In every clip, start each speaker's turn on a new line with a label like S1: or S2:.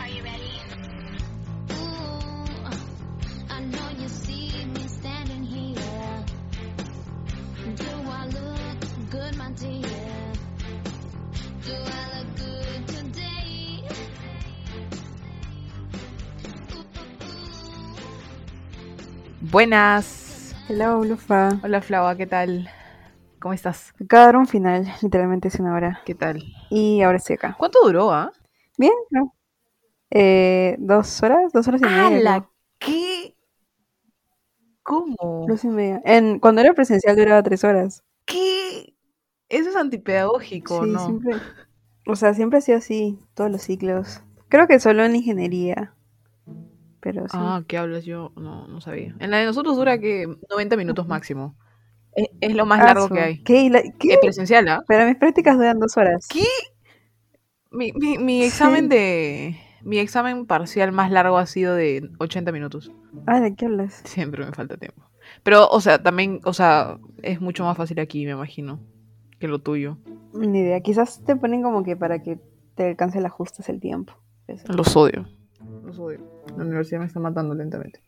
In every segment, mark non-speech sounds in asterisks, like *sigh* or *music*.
S1: Are you ready?
S2: Ooh, uh, I know you see me standing here. Do I look good, my dear? Do I look good today?
S3: Buenas.
S1: Hello, Lufa.
S3: Hola Flava, ¿qué tal? ¿Cómo estás?
S1: Acabo de dar un final, literalmente hace una hora.
S3: ¿Qué tal?
S1: Y ahora estoy acá.
S3: ¿Cuánto duró, ah?
S1: ¿Bien? ¿No? Eh, ¿Dos horas? ¿Dos horas y media? creo.
S3: ¿Qué? ¿Cómo?
S1: Dos y media. En, cuando era presencial duraba tres horas.
S3: ¿Qué? Eso es antipedagógico,
S1: sí,
S3: ¿no?
S1: siempre. O sea, siempre ha sido así, todos los ciclos. Creo que solo en ingeniería. Pero sí.
S3: Ah, ¿qué hablas? Yo no, no sabía. En la de nosotros dura que 90 minutos máximo. Es, es lo más largo
S1: Asu.
S3: que hay.
S1: ¿Qué? ¿Y la- qué?
S3: Es presencial, ¿ah?
S1: Pero mis prácticas duran dos horas.
S3: ¿Qué? Mi, mi- mi examen
S1: Sí.
S3: de. Mi examen parcial más largo ha sido de 80 minutos.
S1: Ah, ¿de qué hablas?
S3: Siempre me falta tiempo. Pero, o sea, también, o sea, es mucho más fácil aquí, me imagino, que lo tuyo.
S1: Ni idea. Quizás te ponen como que para que te alcance el ajustes el tiempo. Eso.
S3: Los odio. Los odio. La universidad me está matando lentamente.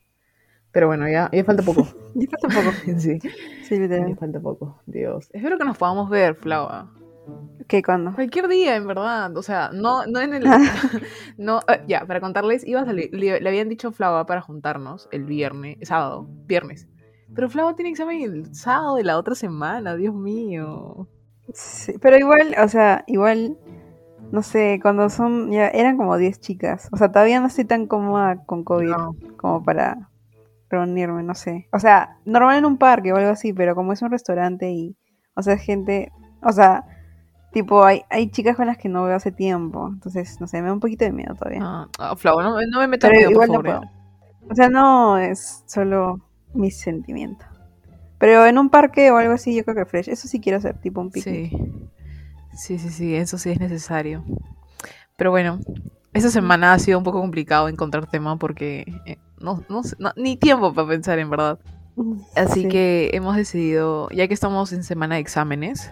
S3: Pero bueno, ya, ya falta *laughs* poco.
S1: Yo tampoco.
S3: sí,
S1: Sí,
S3: ya *laughs*
S1: literalmente.
S3: falta poco. Dios. Espero que nos podamos ver, Flava.
S1: ¿Qué? ¿Cuándo?
S3: Cualquier día, en verdad. O sea, no, no *laughs* en el. no, eh, ya, para contarles, iba a salir. Le, le habían dicho a Flava para juntarnos el viernes, sábado, viernes. Pero Flava tiene examen el sábado de la otra semana, Dios mío.
S1: Sí, pero igual, o sea, igual, no sé, cuando son, ya eran como 10 chicas. O sea, todavía no estoy tan cómoda con COVID
S3: No,
S1: como para reunirme, no sé. O sea, normal en un parque o algo así, pero como es un restaurante y, o sea, gente, o sea, tipo, hay, hay chicas con las que no veo hace tiempo. Entonces, no sé, me da un poquito de miedo todavía.
S3: Ah, ah, Flava, no, no me metas
S1: pero
S3: miedo, por
S1: igual no
S3: favor.
S1: puedo.
S3: ¿eh?
S1: O sea, no es solo mi sentimiento. Pero en un parque o algo así, yo creo que fresh. Eso sí quiero hacer, tipo un picnic.
S3: Sí. Sí, sí, sí, eso sí es necesario. Pero bueno, esta semana ha sido un poco complicado encontrar tema porque eh, no, no sé, no- ni tiempo para pensar en verdad. Así
S1: Sí.
S3: que hemos decidido, ya que estamos en semana de exámenes,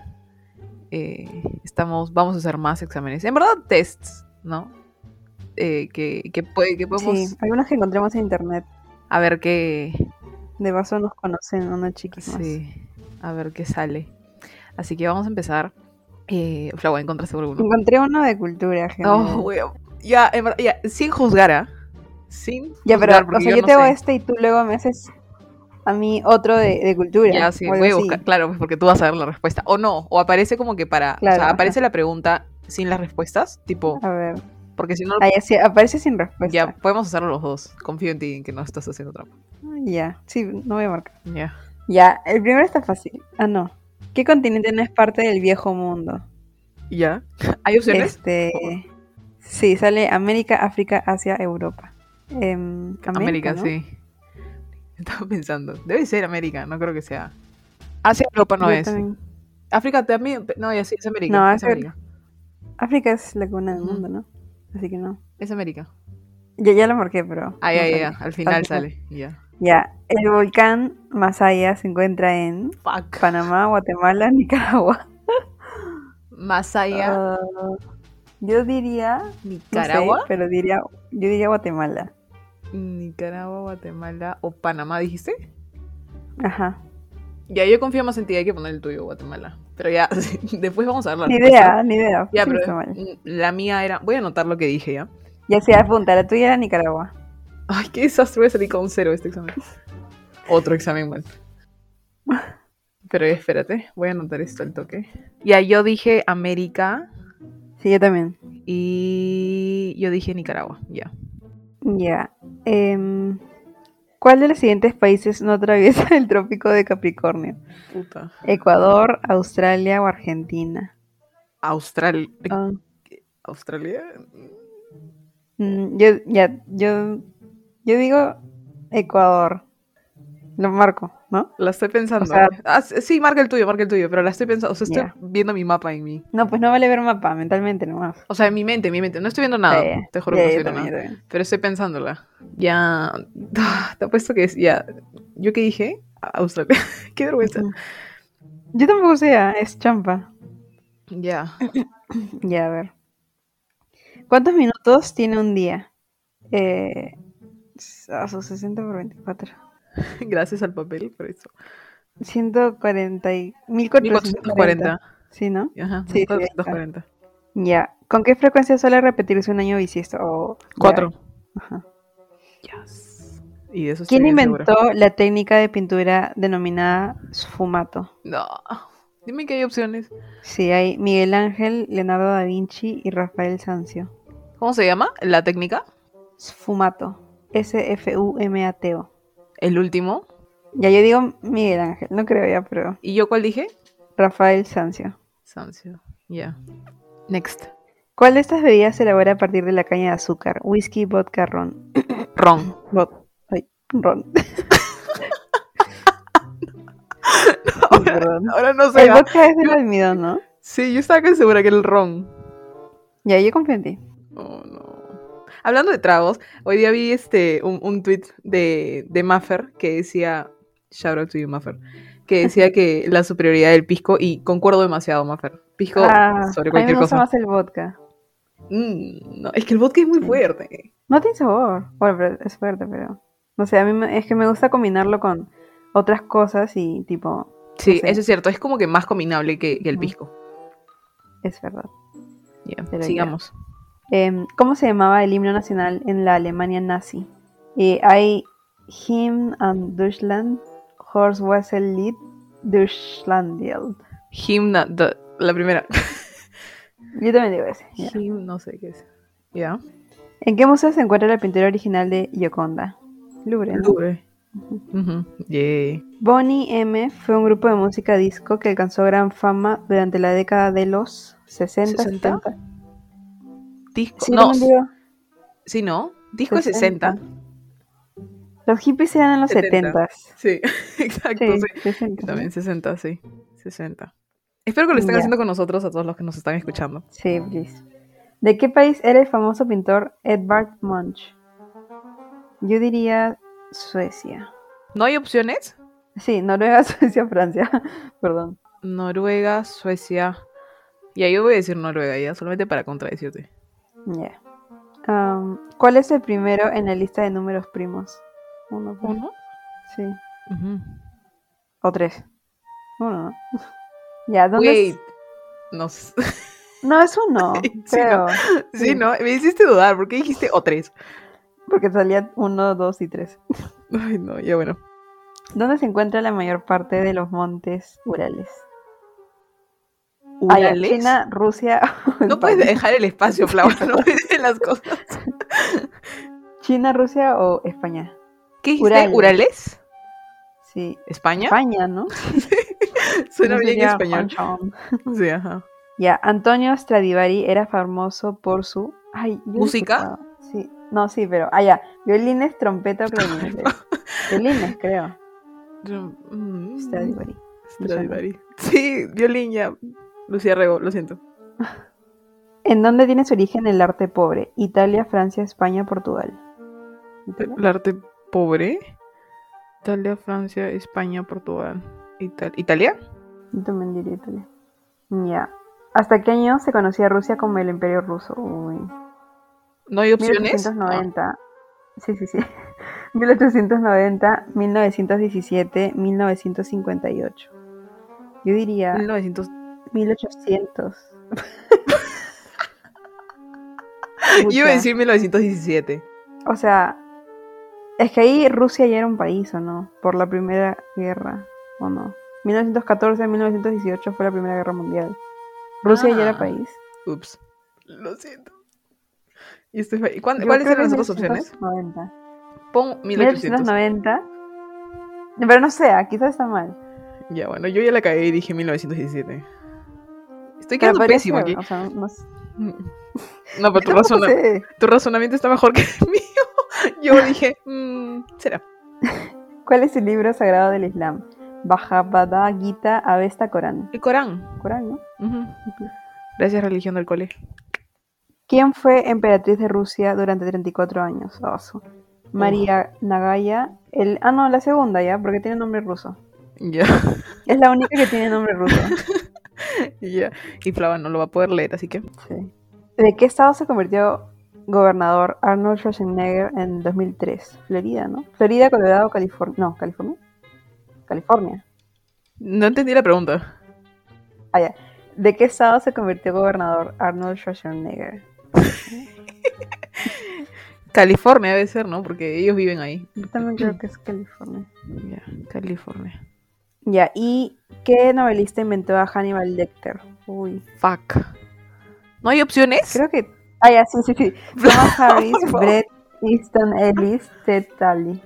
S3: eh, estamos, vamos a hacer más exámenes. En verdad, tests, ¿no? Eh, que, que, puede- que podemos...
S1: Sí, algunos que encontramos en internet.
S3: A ver qué...
S1: De paso nos conocen una chiquita más.
S3: Sí, a ver qué sale. Así que vamos a empezar. Eh, Flau, ¿encontraste alguno?
S1: Encontré uno de cultura general.
S3: No, weón. Ya, en verdad, ya, sin juzgar, ¿ah? Sin
S1: ya, pero
S3: juzgar, porque
S1: o sea, yo,
S3: no
S1: te hago
S3: sé.
S1: este y tú luego me haces a mí otro de, de cultura.
S3: Ya, sí,
S1: o algo
S3: voy a
S1: así.
S3: buscar, claro, pues, porque tú vas a ver la respuesta. O no, o aparece como que para. o
S1: Claro,
S3: sea,
S1: ajá.
S3: aparece la pregunta sin las respuestas, tipo.
S1: A ver,
S3: Porque si no,
S1: ahí así aparece sin respuesta.
S3: ya podemos hacerlo los dos. Confío en ti en que no estás haciendo trampa.
S1: Ya, sí, no voy a marcar.
S3: Ya.
S1: Ya, el primero está fácil. Ah, no. ¿Qué continente no es parte del viejo mundo?
S3: Ya. *laughs* ¿Hay opciones?
S1: Este. Sí, sale América, África, Asia, Europa. Em,
S3: América,
S1: ¿no?
S3: sí. *laughs* Estaba pensando. Debe ser América, no creo que sea.
S1: Ah,
S3: Asia, Europa no
S1: Yo
S3: es.
S1: también.
S3: África también. No, ya sí, es América.
S1: No,
S3: es
S1: África-
S3: América.
S1: África es la cuna del
S3: Ujú.
S1: mundo, ¿no? Así que no.
S3: Es América.
S1: Ya, ya lo marqué, pero.
S3: Ah, ya,
S1: no
S3: ya,
S1: sale.
S3: ya, al final
S1: Al final.
S3: sale. Ya.
S1: Ya. El volcán Masaya se encuentra en
S3: Fuck.
S1: Panamá, Guatemala, *laughs* Nicaragua.
S3: Masaya,
S1: Ah, yo diría. no sé,
S3: Nicaragua.
S1: pero diría. Yo diría Guatemala.
S3: Nicaragua, Guatemala o Panamá, dijiste.
S1: Ajá.
S3: Ya, yo confío más en ti, hay que poner el tuyo, Guatemala. Pero ya, *laughs* después vamos a hablar.
S1: Ni idea, ni idea.
S3: Ya,
S1: sí,
S3: pero
S1: está mal.
S3: mm, la mía era. Voy a anotar lo que dije ya.
S1: Ya se apunta, la tuya era Nicaragua.
S3: Ay, qué desastre, voy a salir con un cero este examen. Otro examen
S1: *laughs*
S3: mal. Pero ya, espérate, voy a anotar esto al toque. Ya, yo dije América
S1: Sí, yo también.
S3: y yo dije Nicaragua, ya.
S1: Ya. em, ¿Cuál de los siguientes países no atraviesa *laughs* el trópico de Capricornio?
S3: Puta.
S1: Ecuador, Australia o Argentina.
S3: Austral...
S1: Ah,
S3: Australia.
S1: mm, yo, ya, yo, yo digo Ecuador. Lo marco, ¿no?
S3: La estoy pensando.
S1: O sea-
S3: Ah, sí, sí, marca el tuyo, marca el tuyo, pero la estoy pensando. O sea, estoy
S1: Ya.
S3: viendo mi mapa en mí.
S1: No, pues no vale ver mapa, mentalmente nomás.
S3: O sea, en mi mente, en mi mente. No estoy viendo nada.
S1: Ya, ya.
S3: Ah, Te juro
S1: Ya,
S3: que no
S1: yo
S3: estoy viendo
S1: también,
S3: nada.
S1: yo también.
S3: Pero estoy pensándola. Ya. *laughs* Te apuesto que es. Ya. ¿Yo qué dije? Australia. *laughs* qué vergüenza.
S1: Ujú. Yo tampoco sé, ah, es champa.
S3: Ya. *laughs*
S1: Ya, a ver. ¿Cuántos minutos tiene un día? Eh, a sus 60 por 24.
S3: Gracias al papel por eso.
S1: 140 y... 1440.
S3: 1440.
S1: Sí, ¿no?
S3: Ajá,
S1: Sí, sí, ahí está.
S3: 1440.
S1: Ya. ¿Con qué frecuencia suele repetirse un año bisiesto? O- ya.
S3: Cuatro.
S1: Ajá.
S3: Yes. Y de eso estoy
S1: ¿Quién
S3: bien segura.
S1: inventó la técnica de pintura denominada sfumato?
S3: No. Dime que hay opciones.
S1: Sí, hay Miguel Ángel, Leonardo da Vinci y Rafael Sanzio.
S3: ¿Cómo se llama? ¿La técnica?
S1: Sfumato. S-F-U-M-A-T-O.
S3: ¿El último?
S1: Ya yo digo Miguel Ángel, no creo ya, pero
S3: ¿Y yo cuál dije?
S1: Rafael Sanzio.
S3: Sancio. Ya. Next.
S1: ¿Cuál de estas bebidas se elabora a partir de la caña de azúcar? Whisky, vodka, ron.
S3: Ron.
S1: Vod- ay,
S3: *laughs*
S1: ron. *laughs* Ay, perdón.
S3: Ahora no sé.
S1: El vodka es del almidón, ¿no?
S3: Sí, yo estaba casi segura que era el ron.
S1: Ya, yo confío en ti.
S3: Oh, no. Hablando de tragos, hoy día vi este, un, un tweet de, de Maffer que decía, shout out to you Maffer, que decía que la superioridad del pisco, y concuerdo demasiado Maffer, pisco
S1: Ah,
S3: sobre
S1: a mí
S3: cualquier
S1: me gusta
S3: cosa.
S1: más el vodka.
S3: Mm, no, es que el vodka es muy
S1: Sí.
S3: fuerte.
S1: No tiene sabor. Bueno, pero es fuerte, pero. No sé, a mí me- es que me gusta combinarlo con otras cosas y tipo,
S3: Sí,
S1: No sé.
S3: eso es cierto, es como que más combinable que, que el
S1: Ujú.
S3: pisco.
S1: es verdad.
S3: Ya,
S1: Pero ya.
S3: sigamos.
S1: Em, ¿Cómo se llamaba el himno nacional en la Alemania nazi? Eh, hay Hymn an Deutschland, Horst Wessel Lied, Deutschlandiel.
S3: Himna, da- la primera.
S1: Yo también digo ese. ya.
S3: Him, no sé qué es. Ya.
S1: ¿En qué museo se encuentra la pintura original de Gioconda? Louvre. ¿no?
S3: Louvre. Ujú, yay.
S1: Bonnie M fue un grupo de música disco que alcanzó gran fama durante la década de los 60,
S3: 60?
S1: 70.
S3: Disco.
S1: Sí,
S3: no,
S1: también digo
S3: sí, no. Disco es
S1: 60.
S3: 60.
S1: Los hippies eran en los
S3: 70.
S1: 70.
S3: Sí, *laughs* exacto.
S1: Sí,
S3: sí.
S1: 60,
S3: También 60, sí. 60. Espero que lo estén
S1: Ya.
S3: haciendo con nosotros, a todos los que nos están escuchando.
S1: Sí, please. ¿De qué país era el famoso pintor Edvard Munch? Yo diría Suecia.
S3: ¿No hay opciones?
S1: Sí, Noruega, *laughs* Suecia, Francia. Perdón.
S3: Noruega, Suecia. Ya, yo voy a decir Noruega, ya, solamente para contradecirte.
S1: Ya. Am, ¿Cuál es el primero en la lista de números primos? Uno, pues.
S3: ¿Uno?
S1: Sí.
S3: Ujú.
S1: O tres. Uno, ¿no? *laughs* ya, ¿dónde es?
S3: Wait. No. s- *laughs*
S1: No, es uno.
S3: Sí,
S1: creo.
S3: Sí, ¿no? Me hiciste dudar, ¿por qué dijiste o tres?
S1: Porque salía uno, dos y tres.
S3: Ay, no, ya bueno.
S1: ¿Dónde se encuentra la mayor parte de los montes Urales? Ah, ya,
S3: ¿Urales?
S1: China, Rusia. *laughs*
S3: *laughs*
S1: o
S3: No puedes
S1: España.
S3: dejar el espacio, Flava, *laughs* no puedes decir las cosas.
S1: China, Rusia o España.
S3: ¿Qué dijiste?
S1: Urales.
S3: ¿Urales?
S1: Sí.
S3: ¿España?
S1: España, ¿no?
S3: *laughs* Suena
S1: No
S3: bien
S1: sería
S3: español.
S1: Hong Kong.
S3: Sí, ajá.
S1: Ya, Antonio Stradivari era famoso por su. Ay, yo lo he
S3: ¿Música?
S1: escuchado. Sí, no, sí, pero. Ah, ya. Violines, trompeta o
S3: *laughs*
S1: clarinetes. Violines, creo.
S3: Mm.
S1: Stradivari.
S3: Stradivari. Sí, violín ya. Lucía Rego, lo siento.
S1: ¿En dónde tiene su origen el arte pobre? Italia, Francia, España, Portugal. ¿Italia?
S3: El arte pobre. Italia, Francia, España, Portugal. Ita- ¿Italia?
S1: Yo también diría Italia. Ya. ¿Hasta qué año se conocía Rusia como el Imperio Ruso? Uy.
S3: ¿No hay opciones? Ah,
S1: 1890. Sí, sí, *laughs* sí. 1890, 1917, 1958. Yo
S3: Ah,
S1: diría
S3: 1900.
S1: 1800.
S3: *laughs* Yo iba a
S1: Pucha,
S3: decir 1917.
S1: O sea, es que ahí Rusia ya era un país, ¿o no? Por la Primera Guerra, ¿o no? 1914, 1918 fue la Primera Guerra Mundial. Rusia ya
S3: Ah.
S1: era país.
S3: Ups. Lo siento. Y estoy fa- ¿Y cuán-
S1: Yo
S3: ¿Cuáles
S1: creo
S3: eran las
S1: que
S3: otras opciones?
S1: 1890.
S3: Pon 1800.
S1: 1890. Pero no sé, quizás está mal.
S3: Ya, bueno, yo ya la cagué y dije 1917. Estoy
S1: Pero
S3: quedando
S1: podría
S3: pésimo
S1: ser,
S3: aquí.
S1: o sea, no sé.
S3: *laughs* No, pero tu,
S1: *laughs* Yo tampoco
S3: razona-
S1: sé.
S3: tu razonamiento está mejor que el *laughs* mío. Yo dije, mm, será.
S1: ¿Cuál es el libro sagrado del Islam? Bhagavad Gita, Avesta, Corán.
S3: El Corán.
S1: Corán, ¿no?
S3: Ujú. Gracias, religión del cole.
S1: ¿Quién fue emperatriz de Rusia durante 34 años? Ah, su- María Nagaya. El... Ah, no, la segunda ya, porque tiene nombre ruso.
S3: Ya, *laughs*
S1: Es la única que tiene nombre ruso.
S3: ya. Y Flava no lo va a poder leer, así que.
S1: Sí. ¿De qué estado se convirtió gobernador Arnold Schwarzenegger en 2003? Florida, ¿no? Florida, Colorado, California. No, California. California.
S3: No entendí la pregunta.
S1: Ah, ya. ¿De qué estado se convirtió gobernador Arnold Schwarzenegger?
S3: California debe ser, ¿no? Porque ellos viven ahí.
S1: Yo también creo que es California.
S3: Ya, California.
S1: Ya, ¿y qué novelista inventó a Hannibal Lecter? Uy,
S3: Fuck. ¿No hay opciones?
S1: creo que... Ah, ya, sí, sí, sí. Thomas Harris,
S3: *laughs* Por favor.
S1: Bret Easton Ellis, Ted Talley.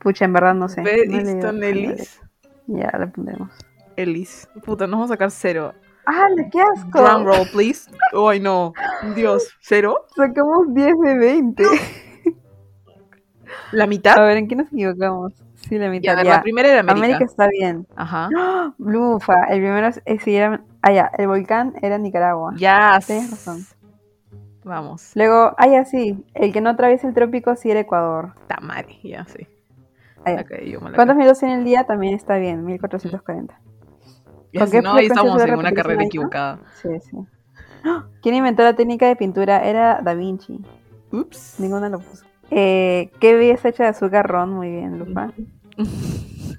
S1: Pucha, en verdad no sé.
S3: Bret
S1: no he leído
S3: Easton
S1: Hannibal Lecter.
S3: Ellis.
S1: Ya, le pondremos.
S3: Ellis. Puta, nos vamos a sacar cero.
S1: ¡Hala, qué asco!
S3: Drum roll, please. Ay, no. Dios. ¿Cero?
S1: Sacamos 10 de 20.
S3: ¿La
S1: A
S3: mitad?
S1: ver, ¿en qué nos equivocamos? Sí, la
S3: Ya, a
S1: mitad.
S3: ver,
S1: ya.
S3: la primera era América.
S1: América. está bien. *gasps*
S3: Ajá.
S1: Blufa, el primero es, eh, sí, era- ah, ya, el volcán era Nicaragua.
S3: Ya.
S1: Tienes razón.
S3: Vamos.
S1: Luego, ah, ya sí, el que no atraviesa el trópico sí era Ecuador.
S3: Tamare. Ya, sí.
S1: Ah, ya.
S3: La caí yo, mala
S1: ¿Cuántos minutos tiene el día? También está bien, 1440.
S3: caí. Ya,
S1: con
S3: si
S1: qué
S3: no, ahí
S1: frecuencia
S3: estamos
S1: suele
S3: en una
S1: repetirse
S3: carrera
S1: una hija?
S3: equivocada.
S1: Sí, sí. ¡Ah! ¿Quién inventó la técnica de pintura? Era Da Vinci.
S3: Ups.
S1: Ninguna lo puso. Eh, ¿Qué belleza hecha de azúcar ron? Muy bien, Lufa.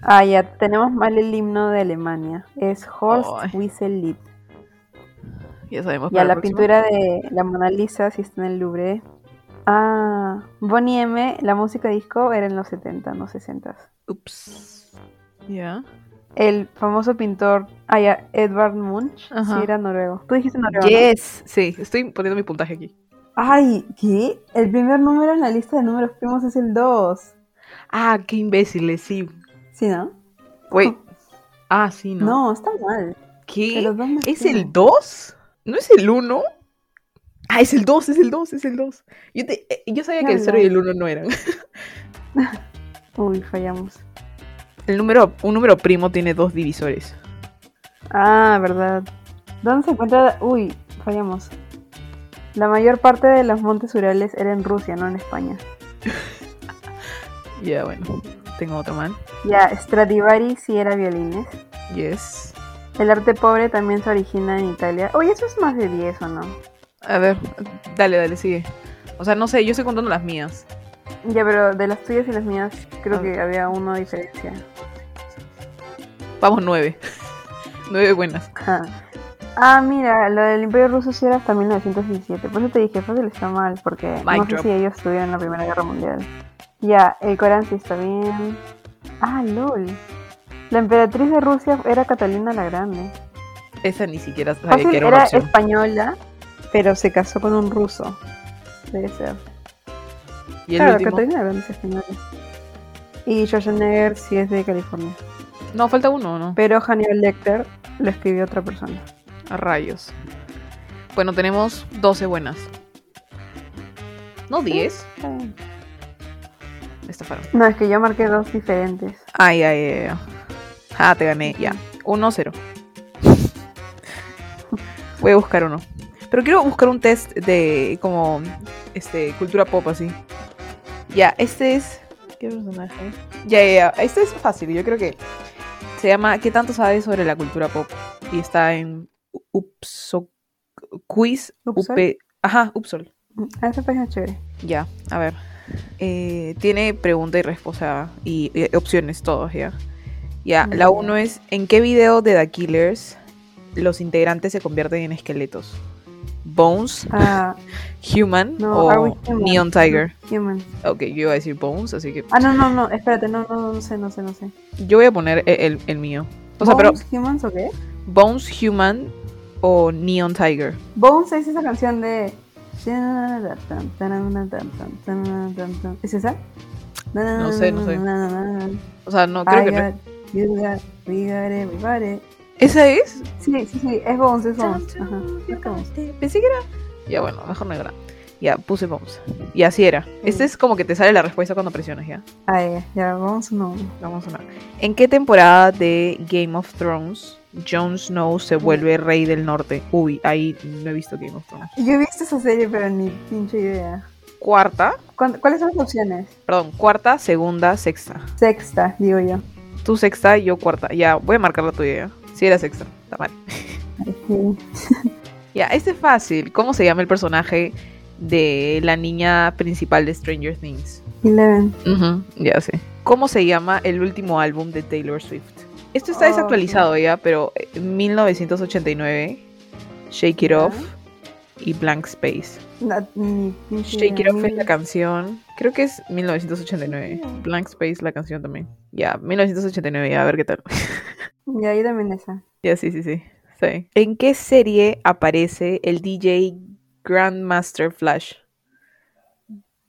S1: Ah, ya, tenemos mal el himno de Alemania. Es Horst
S3: Ay.
S1: Whistle Lied.
S3: Ya sabemos.
S1: Ya
S3: para
S1: la
S3: próxima.
S1: pintura de la Mona Lisa sí está en el Louvre. Ah, Bonnie M, la música disco era en los 70, no 60.
S3: Ups. Ya.
S1: El famoso pintor, ah, ya, Edvard Munch,
S3: Ajá.
S1: sí era noruego. Tú dijiste noruego. ¿no?
S3: Yes. Sí, estoy poniendo mi puntaje aquí.
S1: Ay, ¿qué? El primer número en la lista de números primos es el 2.
S3: Ah, qué imbéciles, sí.
S1: ¿Sí, no?
S3: Wait. Ah, sí,
S1: No,
S3: no.
S1: está mal.
S3: ¿Qué?
S1: Pero ¿dónde
S3: ¿Es
S1: tiene?
S3: el 2? ¿No es el 1? Ah, es el 2, es el 2, es el 2. Yo, te- eh, yo sabía
S1: Ya
S3: que el 0 y el
S1: hablamos.
S3: 1 no eran. *laughs*
S1: Uy, fallamos.
S3: El número, un número primo tiene dos divisores.
S1: Ah, verdad. ¿Dónde se encuentra? Uy, fallamos. La mayor parte de los montes Urales era en Rusia, no en España.
S3: Ya, bueno. Tengo otro mal.
S1: Ya, Stradivari sí era violines.
S3: Yes.
S1: El arte pobre también se origina en Italia. Oye, eso es más de 10 o no.
S3: A ver, dale, dale, sigue. O sea, no sé, yo estoy contando las mías.
S1: Ya, pero de las tuyas y las mías creo
S3: Ah.
S1: que había una diferencia.
S3: Vamos, *laughs* 9. 9 buenas.
S1: Ah. Ah, mira, lo del Imperio Ruso sí era hasta 1917. Por eso te dije, fácil está mal, porque
S3: Mic
S1: no sé
S3: drop.
S1: si ellos estuvieron en la Primera Guerra Mundial. Ya, el Corán sí está bien. Ah, lol. La emperatriz de Rusia era Catalina la Grande.
S3: Esa ni siquiera sabía
S1: Fácil,
S3: que era
S1: era,
S3: una opción.
S1: española, pero se casó con un ruso. Debe ser.
S3: Y el
S1: claro,
S3: último.
S1: Catalina la Grande es española. Y Schwarzenegger sí es de California.
S3: No, falta uno, ¿no?
S1: Pero Hannibal Lecter lo escribió otra persona.
S3: A rayos. Bueno, tenemos 12 buenas. No 10.
S1: ¿Eh?
S3: Me estafaron.
S1: No, es que yo marqué dos diferentes.
S3: Ay, ay, ay. ay. Ah, te gané, ya. 1-0. Voy a buscar uno. Pero quiero buscar un test de como este cultura pop así. Ya, este es. ¿Qué personaje? Ya, ya, ya. Este es fácil, yo creo que. Se llama ¿Qué tanto sabes sobre la cultura pop? Y está en Upso Quiz
S1: ¿Upsol?
S3: UP. Ajá, Upsol.
S1: Ah, esa página es chévere.
S3: Ya, a ver. Eh, tiene pregunta y respuesta y, y opciones todos, ¿ya? Ya, la
S1: Ya.
S3: uno es, ¿en qué video de The Killers los integrantes se convierten en esqueletos? ¿Bones,
S1: Ah,
S3: Human
S1: No, Are We
S3: o
S1: Human?
S3: Oh, Neon Tiger?
S1: human.
S3: Ok, yo iba a decir Bones, así que
S1: Ah, no, no, no, espérate, no, no, no sé, no sé, no sé.
S3: yo voy a poner e- el, el mío. O sea, pero
S1: ¿Bones Humans o qué?
S3: Bones, Human o Neon Tiger.
S1: Bones es esa canción de. ¿Es esa?
S3: No sé, no sé.
S1: Creo
S3: O sea, no,
S1: Ah,
S3: creo que no.
S1: You got, we got everybody.
S3: ¿Esa es?
S1: Sí, sí, sí, es Bones, es Bones. Ajá, creo que Bones.
S3: Pensé que era. Ya bueno, mejor no era. Ya, puse bombs. Y así era. Este
S1: Sí.
S3: es como que te sale la respuesta cuando presionas ya.
S1: Ah, ya, ya, Bones no.
S3: Vamos a una. ¿En qué temporada de Game of Thrones Jon Snow se vuelve rey del norte? Uy, ahí no he visto Game of Thrones.
S1: Yo he visto esa serie, pero ni pinche idea.
S3: Cuarta,
S1: ¿Cuán- ¿Cuáles son las opciones?
S3: perdón, cuarta, segunda, sexta.
S1: Sexta, digo yo.
S3: Tú sexta,
S1: Este,
S3: yo cuarta. Ya, voy a marcar la tuya. ya. Sí, era sexta. Está mal.
S1: Sí.
S3: Ya, este es fácil. ¿Cómo se llama el personaje de la niña principal de Stranger Things?
S1: Eleven.
S3: Ujú, ya sé. ¿Cómo se llama el último álbum de Taylor Swift? Esto está
S1: Oh,
S3: desactualizado ya, pero eh, 1989, Shake It
S1: Ya.
S3: Off y Blank Space.
S1: No, ni- ni
S3: Shake It
S1: idea,
S3: Off
S1: ni
S3: es la
S1: idea.
S3: canción. Creo que es 1989.
S1: Ah.
S3: Blank Space la canción también. Ya, 1989, ya, a ver qué tal. *laughs*
S1: Y ahí también esa.
S3: Ya, sí, sí, sí. Sí. ¿En qué serie aparece el DJ Grandmaster Flash?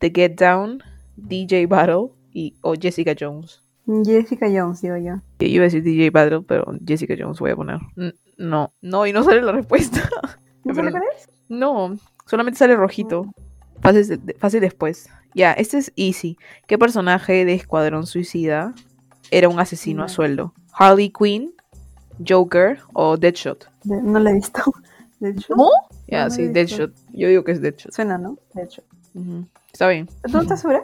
S3: The Get Down, DJ Battle y o Jessica Jones.
S1: Jessica Jones, digo yo.
S3: Yo iba a decir DJ Battle, pero Jessica Jones voy a poner. N- No, no, y no sale la *laughs* respuesta. Pero
S1: ¿No sé lo que es?
S3: No, solamente sale rojito. Fácil, de- fácil después. Ya, este es easy. ¿Qué personaje de Escuadrón Suicida era un asesino a
S1: Ya.
S3: sueldo? ¿Harley Quinn, Joker o Deadshot?
S1: De- No la he visto. *laughs* De hecho,
S3: ¿No? Ya,
S1: no
S3: sí,
S1: he visto.
S3: Deadshot. Yo digo que es Deadshot.
S1: suena, ¿no? De hecho.
S3: Ujú. Está bien.
S1: ¿Tú no estás segura?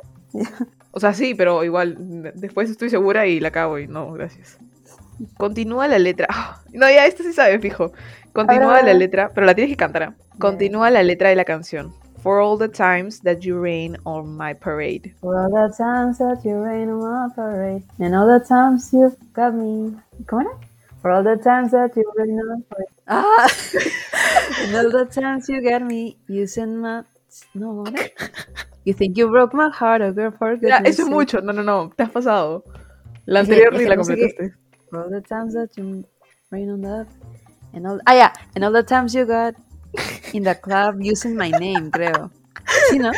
S3: O sea, sí, pero igual n- después estoy segura y la cago y no, gracias. Continúa la letra. *gasps* Ah, no, ya, esto sí sabe, fijo.
S1: Ahora,
S3: Continúa
S1: ahora.
S3: la letra, pero la tienes que cantar. ¿ah? Continúa la letra de la canción. For all the times that you rain on my parade.
S1: Well, the times that you rain on my parade, and all the times you've got me. ¿Cómo era? For all the times that you rain on my parade. Ah, *laughs* and all the times you got me, you send my. No, ¿cómo
S3: *laughs*
S1: era? You think you broke my heart, oh girl, for
S3: Ya,
S1: goodness
S3: eso es
S1: sake.
S3: mucho. No, no, no. Te has pasado. La
S1: *laughs* Es que-
S3: anterior
S1: es
S3: ni
S1: que
S3: la
S1: pues, no sé qué-
S3: completaste.
S1: For all the times that you rain on the. And all, ah, yeah, and all the times you got in the club using my name, creo. Sí, ¿no?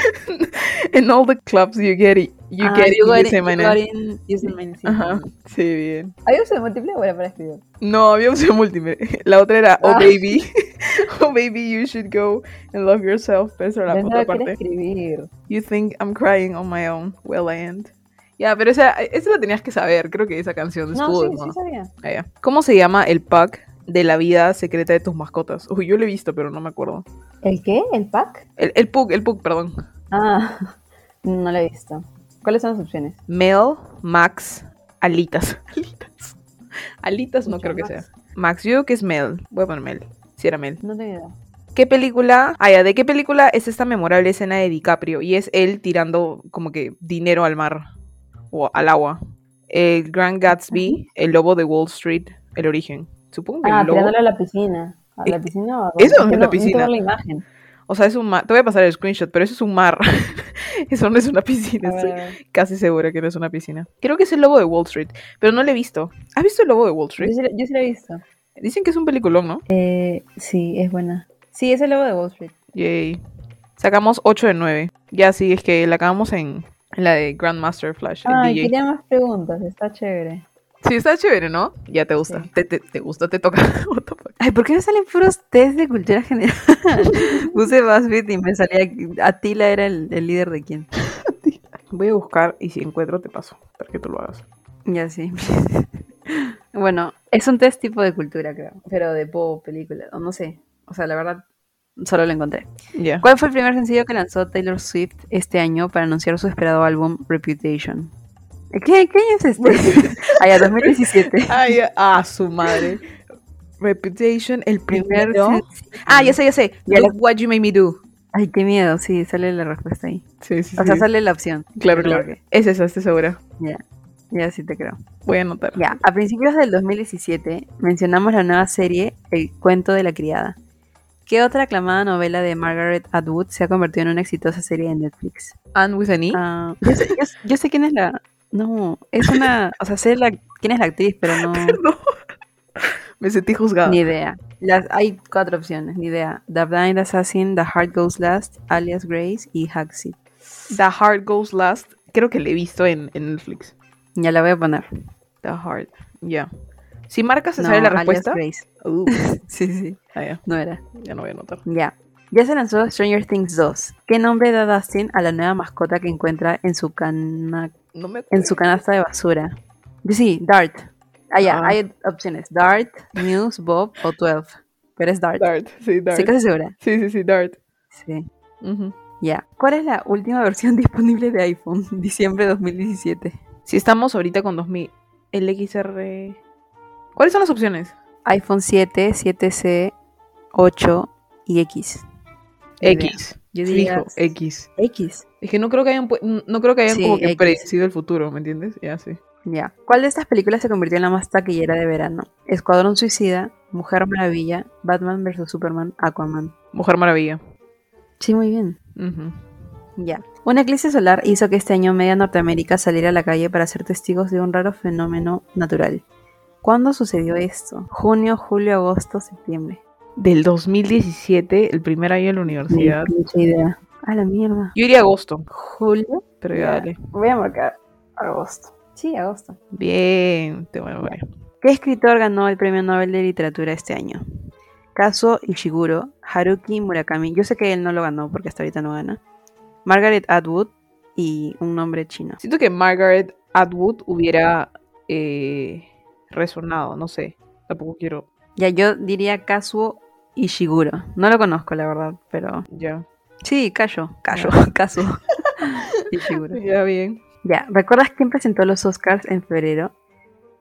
S3: En all the clubs you get it. *laughs* You
S1: Ah,
S3: get it.
S1: you got
S3: you
S1: it,
S3: say my
S1: you
S3: name.
S1: got in using my name. sí.
S3: Ajá. Sí, bien.
S1: ¿Hay uso de múltiple o era para escribir?
S3: No, había opción múltiple. *laughs* La otra era Oh
S1: Ah.
S3: baby. *laughs* oh baby, you should go and love yourself. Pero esa era la
S1: Pensaba
S3: otra
S1: que era
S3: parte.
S1: escribir.
S3: You think I'm crying on my own. Well, I end. Ya, pero esa, esa la tenías que saber. Creo que esa canción
S1: No,
S3: estuvo de
S1: sí, sí
S3: moda.
S1: sabía.
S3: Ah, ya. ¿Cómo se llama el pack de la vida secreta de tus mascotas? Uy, yo lo he visto, pero no me acuerdo.
S1: ¿El qué? ¿El pack?
S3: El, el pug, el pug, perdón.
S1: Ah, *laughs* no lo he visto. ¿Cuáles son las opciones?
S3: Mel, Max, Alitas. *laughs* Alitas. Alitas no
S1: Mucho
S3: creo que
S1: Max.
S3: sea. Max, yo digo que es Mel. Voy a poner Mel. Si era Mel.
S1: No tengo idea.
S3: ¿Qué película? Ah, ya, ¿de qué película es esta memorable escena de DiCaprio? Y es él tirando como que dinero al mar o al agua. El Grand Gatsby, el lobo de Wall Street, el origen. Supongo que
S1: Ah,
S3: el lobo.
S1: tirándolo a la piscina. ¿A la
S3: Eh,
S1: piscina o a
S3: eso no es la
S1: dónde? no, no
S3: piscina.
S1: tengo la imagen.
S3: O sea, es un mar. Te voy a pasar el screenshot, pero eso es un mar. *laughs* eso no es una piscina.
S1: A ver,
S3: Estoy
S1: a ver.
S3: casi segura que no es una piscina. Creo que es el lobo de Wall Street, pero no lo he visto. ¿Has visto el lobo de Wall
S1: Yo
S3: Street?
S1: sí, la- yo sí la he visto.
S3: Dicen que es un peliculón, ¿no?
S1: Eh, sí, es buena. Sí, es el logo de Wall Street.
S3: Yay. Sacamos 8 de 9. Ya, sí, es que la acabamos en en la de Grandmaster Flash. el
S1: Ay,
S3: DJ.
S1: quería más preguntas. Está chévere.
S3: Sí, está chévere, ¿no? Ya te gusta.
S1: Sí.
S3: Te, te- te gusta, te toca. *laughs* What the fuck.
S1: Ay, ¿por qué no salen puros test de cultura *laughs* general? Puse BuzzFeed y me salía... Atila era el, el líder de quién.
S3: Voy a buscar y si encuentro te paso para que tú lo hagas.
S1: Ya sí. *laughs* bueno, es un test tipo de cultura, creo. Pero de pop, película, o no sé. O sea, la verdad, solo lo encontré.
S3: Ya.
S1: ¿Cuál fue el primer sencillo que lanzó Taylor Swift este año para anunciar su esperado álbum Reputation? ¿Qué, qué año es *laughs* este? Allá, 2017.
S3: Ay, ah, su madre. Reputation, el
S1: Primer
S3: primero.
S1: sencillo.
S3: Ah, ya sé, ya sé.
S1: Ya
S3: Look What You Made Me Do.
S1: Ay, qué miedo, sí, sale la respuesta ahí.
S3: Sí, sí,
S1: O sea, sale la opción.
S3: Claro,
S1: Pero
S3: claro. Es esa, estoy segura.
S1: ok, Ya sí te creo.
S3: Voy a anotar.
S1: Ya, a principios del 2017 mencionamos la nueva serie El cuento de la criada. ¿Qué otra aclamada novela de Margaret Atwood se ha convertido en una exitosa serie de Netflix?
S3: Anne with an E.
S1: Ah, yo, sé, yo sé- yo sé quién es la... No, es una... O sea, sé la- quién es la actriz, pero
S3: *laughs*
S1: no...
S3: Perdón. Me sentí juzgada.
S1: Ni idea. Las, hay cuatro opciones, ni idea. The Blind Assassin, The Heart Goes Last, Alias Grace y Haxit.
S3: The Heart Goes Last. Creo que le he visto en, en Netflix.
S1: Ya la voy a poner.
S3: The Heart. Ya. Si marcas, se
S1: No,
S3: sale la
S1: Alias
S3: respuesta.
S1: Grace.
S3: *laughs* Uh,
S1: Sí, sí,
S3: ah, ya.
S1: no era.
S3: Ya no voy a anotar.
S1: Ya. Ya se lanzó Stranger Things 2. ¿Qué nombre da Dustin a la nueva mascota que encuentra en su, cana-
S3: No me acuerdo.
S1: en su canasta de basura? Yo Sí, Dart. Ah, ya,
S3: Ah.
S1: hay opciones. Dart, Muse, Bob o 12. Pero es Dart.
S3: Dart, sí, Dart.
S1: Estoy casi segura.
S3: Sí, sí, sí, Dart.
S1: Sí.
S3: Ujú.
S1: Ya. ¿Cuál es la última *laughs* versión disponible de iPhone? *laughs* Diciembre 2017.
S3: Si estamos ahorita con 2000, el XR... ¿Cuáles son las opciones?
S1: iPhone 7, 7C, 8, y X.
S3: X.
S1: Yo
S3: Fijo,
S1: diría
S3: X.
S1: X.
S3: Es que no creo que hayan, pu- no creo que hayan
S1: Sí,
S3: como que
S1: X.
S3: predecido el futuro, ¿me entiendes? Ya, sí.
S1: Ya. ¿Cuál de estas películas se convirtió en la más taquillera de verano? Escuadrón Suicida, Mujer Maravilla, Batman vs. Superman, Aquaman.
S3: Mujer Maravilla.
S1: Sí, muy bien.
S3: Ujú.
S1: Ya. Una eclipse solar hizo que este año media Norteamérica saliera a la calle para ser testigos de un raro fenómeno natural. ¿Cuándo sucedió esto? Junio, julio, agosto, septiembre.
S3: Del 2017, el primer año de la universidad.
S1: Ni pinche idea. A la mierda.
S3: Yo iría a agosto,
S1: ¿Julio?
S3: pero
S1: Ya.
S3: ya dale.
S1: Voy a marcar agosto. Sí, agosto.
S3: Bien, te bueno, vale.
S1: ¿Qué escritor ganó el premio Nobel de Literatura este año? Kazuo Ishiguro, Haruki Murakami. Yo sé que él no lo ganó porque hasta ahorita no gana. Margaret Atwood y un nombre chino.
S3: Siento que Margaret Atwood hubiera eh, resonado, no sé. Tampoco quiero.
S1: Ya, yo diría Kazuo Ishiguro. No lo conozco, la verdad, pero.
S3: Ya.
S1: Sí, Kayo. Kayo, *laughs* Kazuo Ishiguro.
S3: Ya, bien.
S1: Ya, ¿recuerdas quién presentó los Oscars en febrero?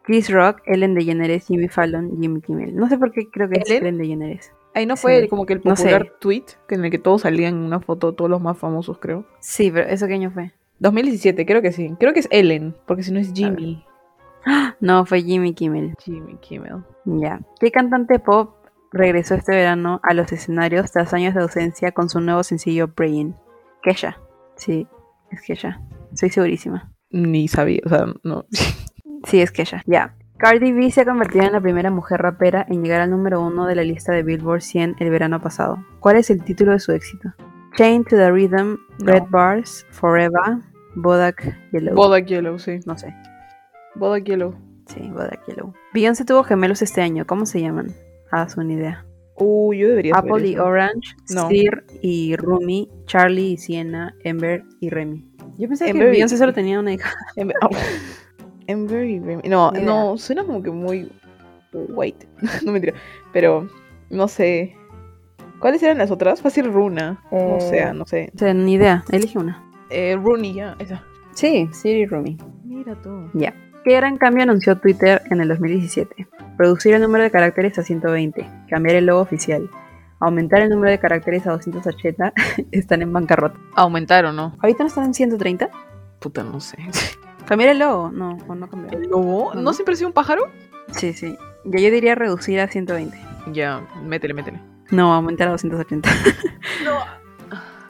S1: Chris Rock, Ellen DeGeneres, Jimmy Fallon, Jimmy Kimmel. No sé por qué creo que es
S3: ¿Ellen?
S1: Ellen DeGeneres.
S3: Ahí no fue
S1: Sí.
S3: el- como que el
S1: No sé.
S3: popular tweet que en el que todos salían en una foto, todos los más famosos, creo.
S1: Sí, pero ¿eso qué año fue?
S3: 2017, creo que sí. Creo que es Ellen, porque si no es Jimmy.
S1: No, fue Jimmy Kimmel.
S3: Jimmy Kimmel.
S1: Ya. ¿Qué cantante pop regresó este verano a los escenarios tras años de ausencia con su nuevo sencillo Praying? Kesha. Sí, es Kesha. Soy segurísima.
S3: Ni sabía, o sea, *laughs* no.
S1: Sí, es Kesha. Ya. Cardi B se ha convertido en la primera mujer rapera en llegar al número uno de la lista de Billboard 100 el verano pasado. ¿Cuál es el título de su éxito? Chain to the
S3: No.
S1: Rhythm, Red Bars, Forever, Bodak Yellow.
S3: Bodak Yellow, sí.
S1: no sé.
S3: Bodak Yellow.
S1: Sí, Bodak Yellow. Beyoncé tuvo gemelos este año. ¿Cómo se llaman? Haz una idea.
S3: Uy, yo debería saber
S1: Apple y
S3: eso.
S1: Orange,
S3: No.
S1: Sir y Rumi, Charlie y Sienna, Ember y Remy. Yo pensé
S3: Ember
S1: que
S3: y-
S1: Beyoncé solo tenía una hija.
S3: Em- au. *laughs* Ember y Remy. No,
S1: Ni
S3: no, suena como que muy white. *laughs* no mentira. Pero, no sé. ¿Cuáles eran las otras? Fácil Runa. No
S1: Eh.
S3: sé, no sé.
S1: O sea, ni idea, elige una.
S3: Eh, Rooney, ya, esa.
S1: Sí, Sir y Rumi.
S3: Mira tú.
S1: Ya. ¿Qué gran cambio anunció Twitter en el 2017? Reducir el número de caracteres a 120, cambiar el logo oficial, aumentar el número de caracteres a 280, *laughs* están en bancarrota.
S3: ¿Aumentaron, no?
S1: ¿Ahorita no están en 130?
S3: Puta, no sé.
S1: ¿Cambiar el logo? No, o no cambiar.
S3: ¿El lobo?
S1: Ajá.
S3: ¿No siempre ha sido un pájaro?
S1: Sí, sí. Ya yo diría reducir a 120.
S3: Ya, métele, métele.
S1: No, aumentar a 280. *laughs*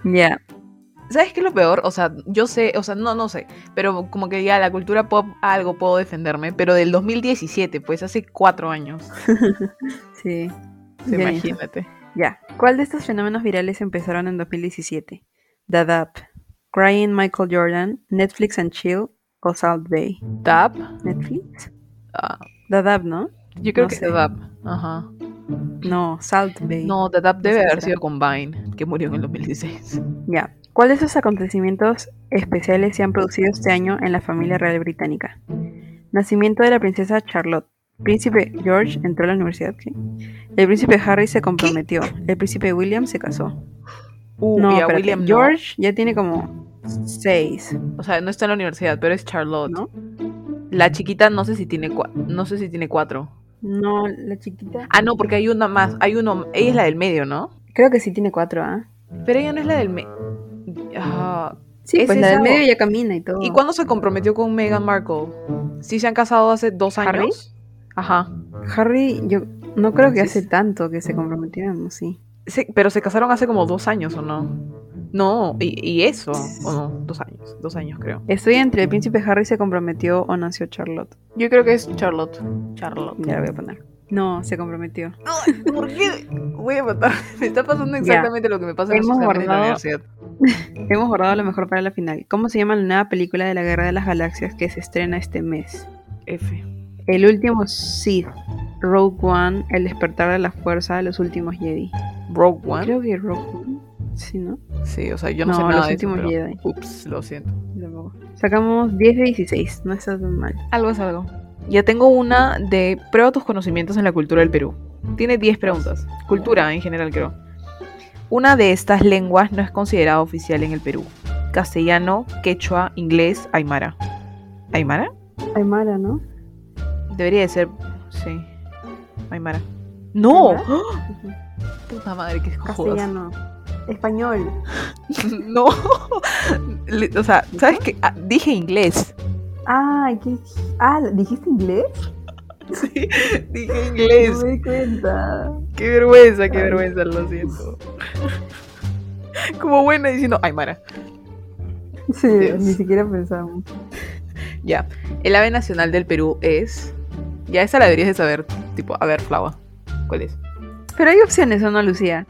S1: Ya.
S3: ¿Sabes qué es lo peor? O sea, yo sé, o sea, no, no sé, pero como que ya la cultura pop algo puedo defenderme, pero del 2017, pues hace cuatro años,
S1: Sí.
S3: Sí,
S1: Ya,
S3: imagínate.
S1: Ya. ¿Cuál de estos fenómenos virales empezaron en 2017? Dadap, Crying Michael Jordan, Netflix and Chill o Salt Bay.
S3: Tap,
S1: ¿Netflix?
S3: ah,
S1: Dadap, ¿no?
S3: yo creo
S1: No
S3: que
S1: sé.
S3: Tap, ajá.
S1: No, Salt Bay.
S3: No, Tap debe
S1: sé
S3: haber
S1: será.
S3: sido Combine, que murió en el 2016.
S1: Ya. ¿Cuál de estos acontecimientos especiales se han producido este año en la familia real británica? Nacimiento de la princesa Charlotte. Príncipe George entró a la universidad. ¿qué? El príncipe Harry se comprometió. El príncipe William se casó.
S3: Uh,
S1: No,
S3: y a
S1: espérate,
S3: William no.
S1: George ya tiene como seis.
S3: O sea, no está en la universidad, pero es Charlotte.
S1: ¿No?
S3: La chiquita no sé si tiene cua- no sé si tiene cuatro.
S1: No, la chiquita.
S3: Ah, no, porque hay una más, hay uno, ella es la del medio, ¿no?
S1: Creo que sí tiene cuatro, ¿ah?
S3: Pero ella no es la del medio. Ah,
S1: Sí,
S3: ¿Es
S1: pues la del
S3: esa o-
S1: medio ya camina y todo.
S3: ¿Y cuándo se comprometió con Meghan Markle? ¿Sí se han casado hace dos
S1: ¿Harry?
S3: años? Ajá.
S1: Harry, yo no creo que
S3: Entonces-
S1: hace tanto que se comprometieron, ¿no? sí.
S3: Sí, pero se casaron hace como dos años, ¿o no? No, y, y eso, ¿o no? Dos años, dos años creo.
S1: Estoy entre el príncipe Harry se comprometió o nació Charlotte.
S3: Yo creo que es Charlotte. Charlotte.
S1: Ya la voy a poner. No, se comprometió.
S3: ¿Por qué? Voy a matar. *laughs* Me está pasando
S1: Ya.
S3: exactamente lo que me pasa en los
S1: Hemos
S3: exámenes de la
S1: guardado-
S3: universidad.
S1: Hemos guardado lo mejor para la final. ¿Cómo se llama la nueva película de la Guerra de las Galaxias que se estrena este mes?
S3: F.
S1: El último Sith, Rogue One, El despertar de la fuerza, Los últimos Jedi.
S3: Rogue One.
S1: Creo que Rogue One. Sí, ¿no?
S3: Sí, o sea, yo no, sé
S1: No,
S3: nada
S1: Los
S3: de eso,
S1: Últimos
S3: pero-
S1: Jedi.
S3: Ups, lo siento.
S1: Tampoco. Sacamos 10 de 16, no está tan mal.
S3: Algo es algo. Ya tengo una de prueba tus conocimientos en la cultura del Perú. Tiene 10 preguntas. Cultura en general, creo. Una de estas lenguas no es considerada oficial en el Perú. Castellano, quechua, inglés, aymara. ¿Aymara?
S1: Aymara, ¿no?
S3: Debería de ser... Sí. Aymara. ¡No!
S1: ¿Aymara?
S3: ¡Ah! Puta madre, qué cojones.
S1: Castellano. Español.
S3: *laughs* No. Le- O sea, ¿sabes qué? Ah, dije inglés. *laughs*
S1: Ah, ¿qué? ah, ¿dijiste inglés?
S3: Sí, dije
S1: No me di cuenta.
S3: Qué vergüenza, qué
S1: Ay.
S3: vergüenza, lo siento. Como buena diciendo, ay, Mara.
S1: Sí,
S3: Dios.
S1: ni siquiera pensamos.
S3: Ya. El ave nacional del Perú es. Ya esa la deberías de saber. Tipo, a ver, Flava. ¿Cuál es?
S1: Pero hay opciones, ¿o no, Lucía?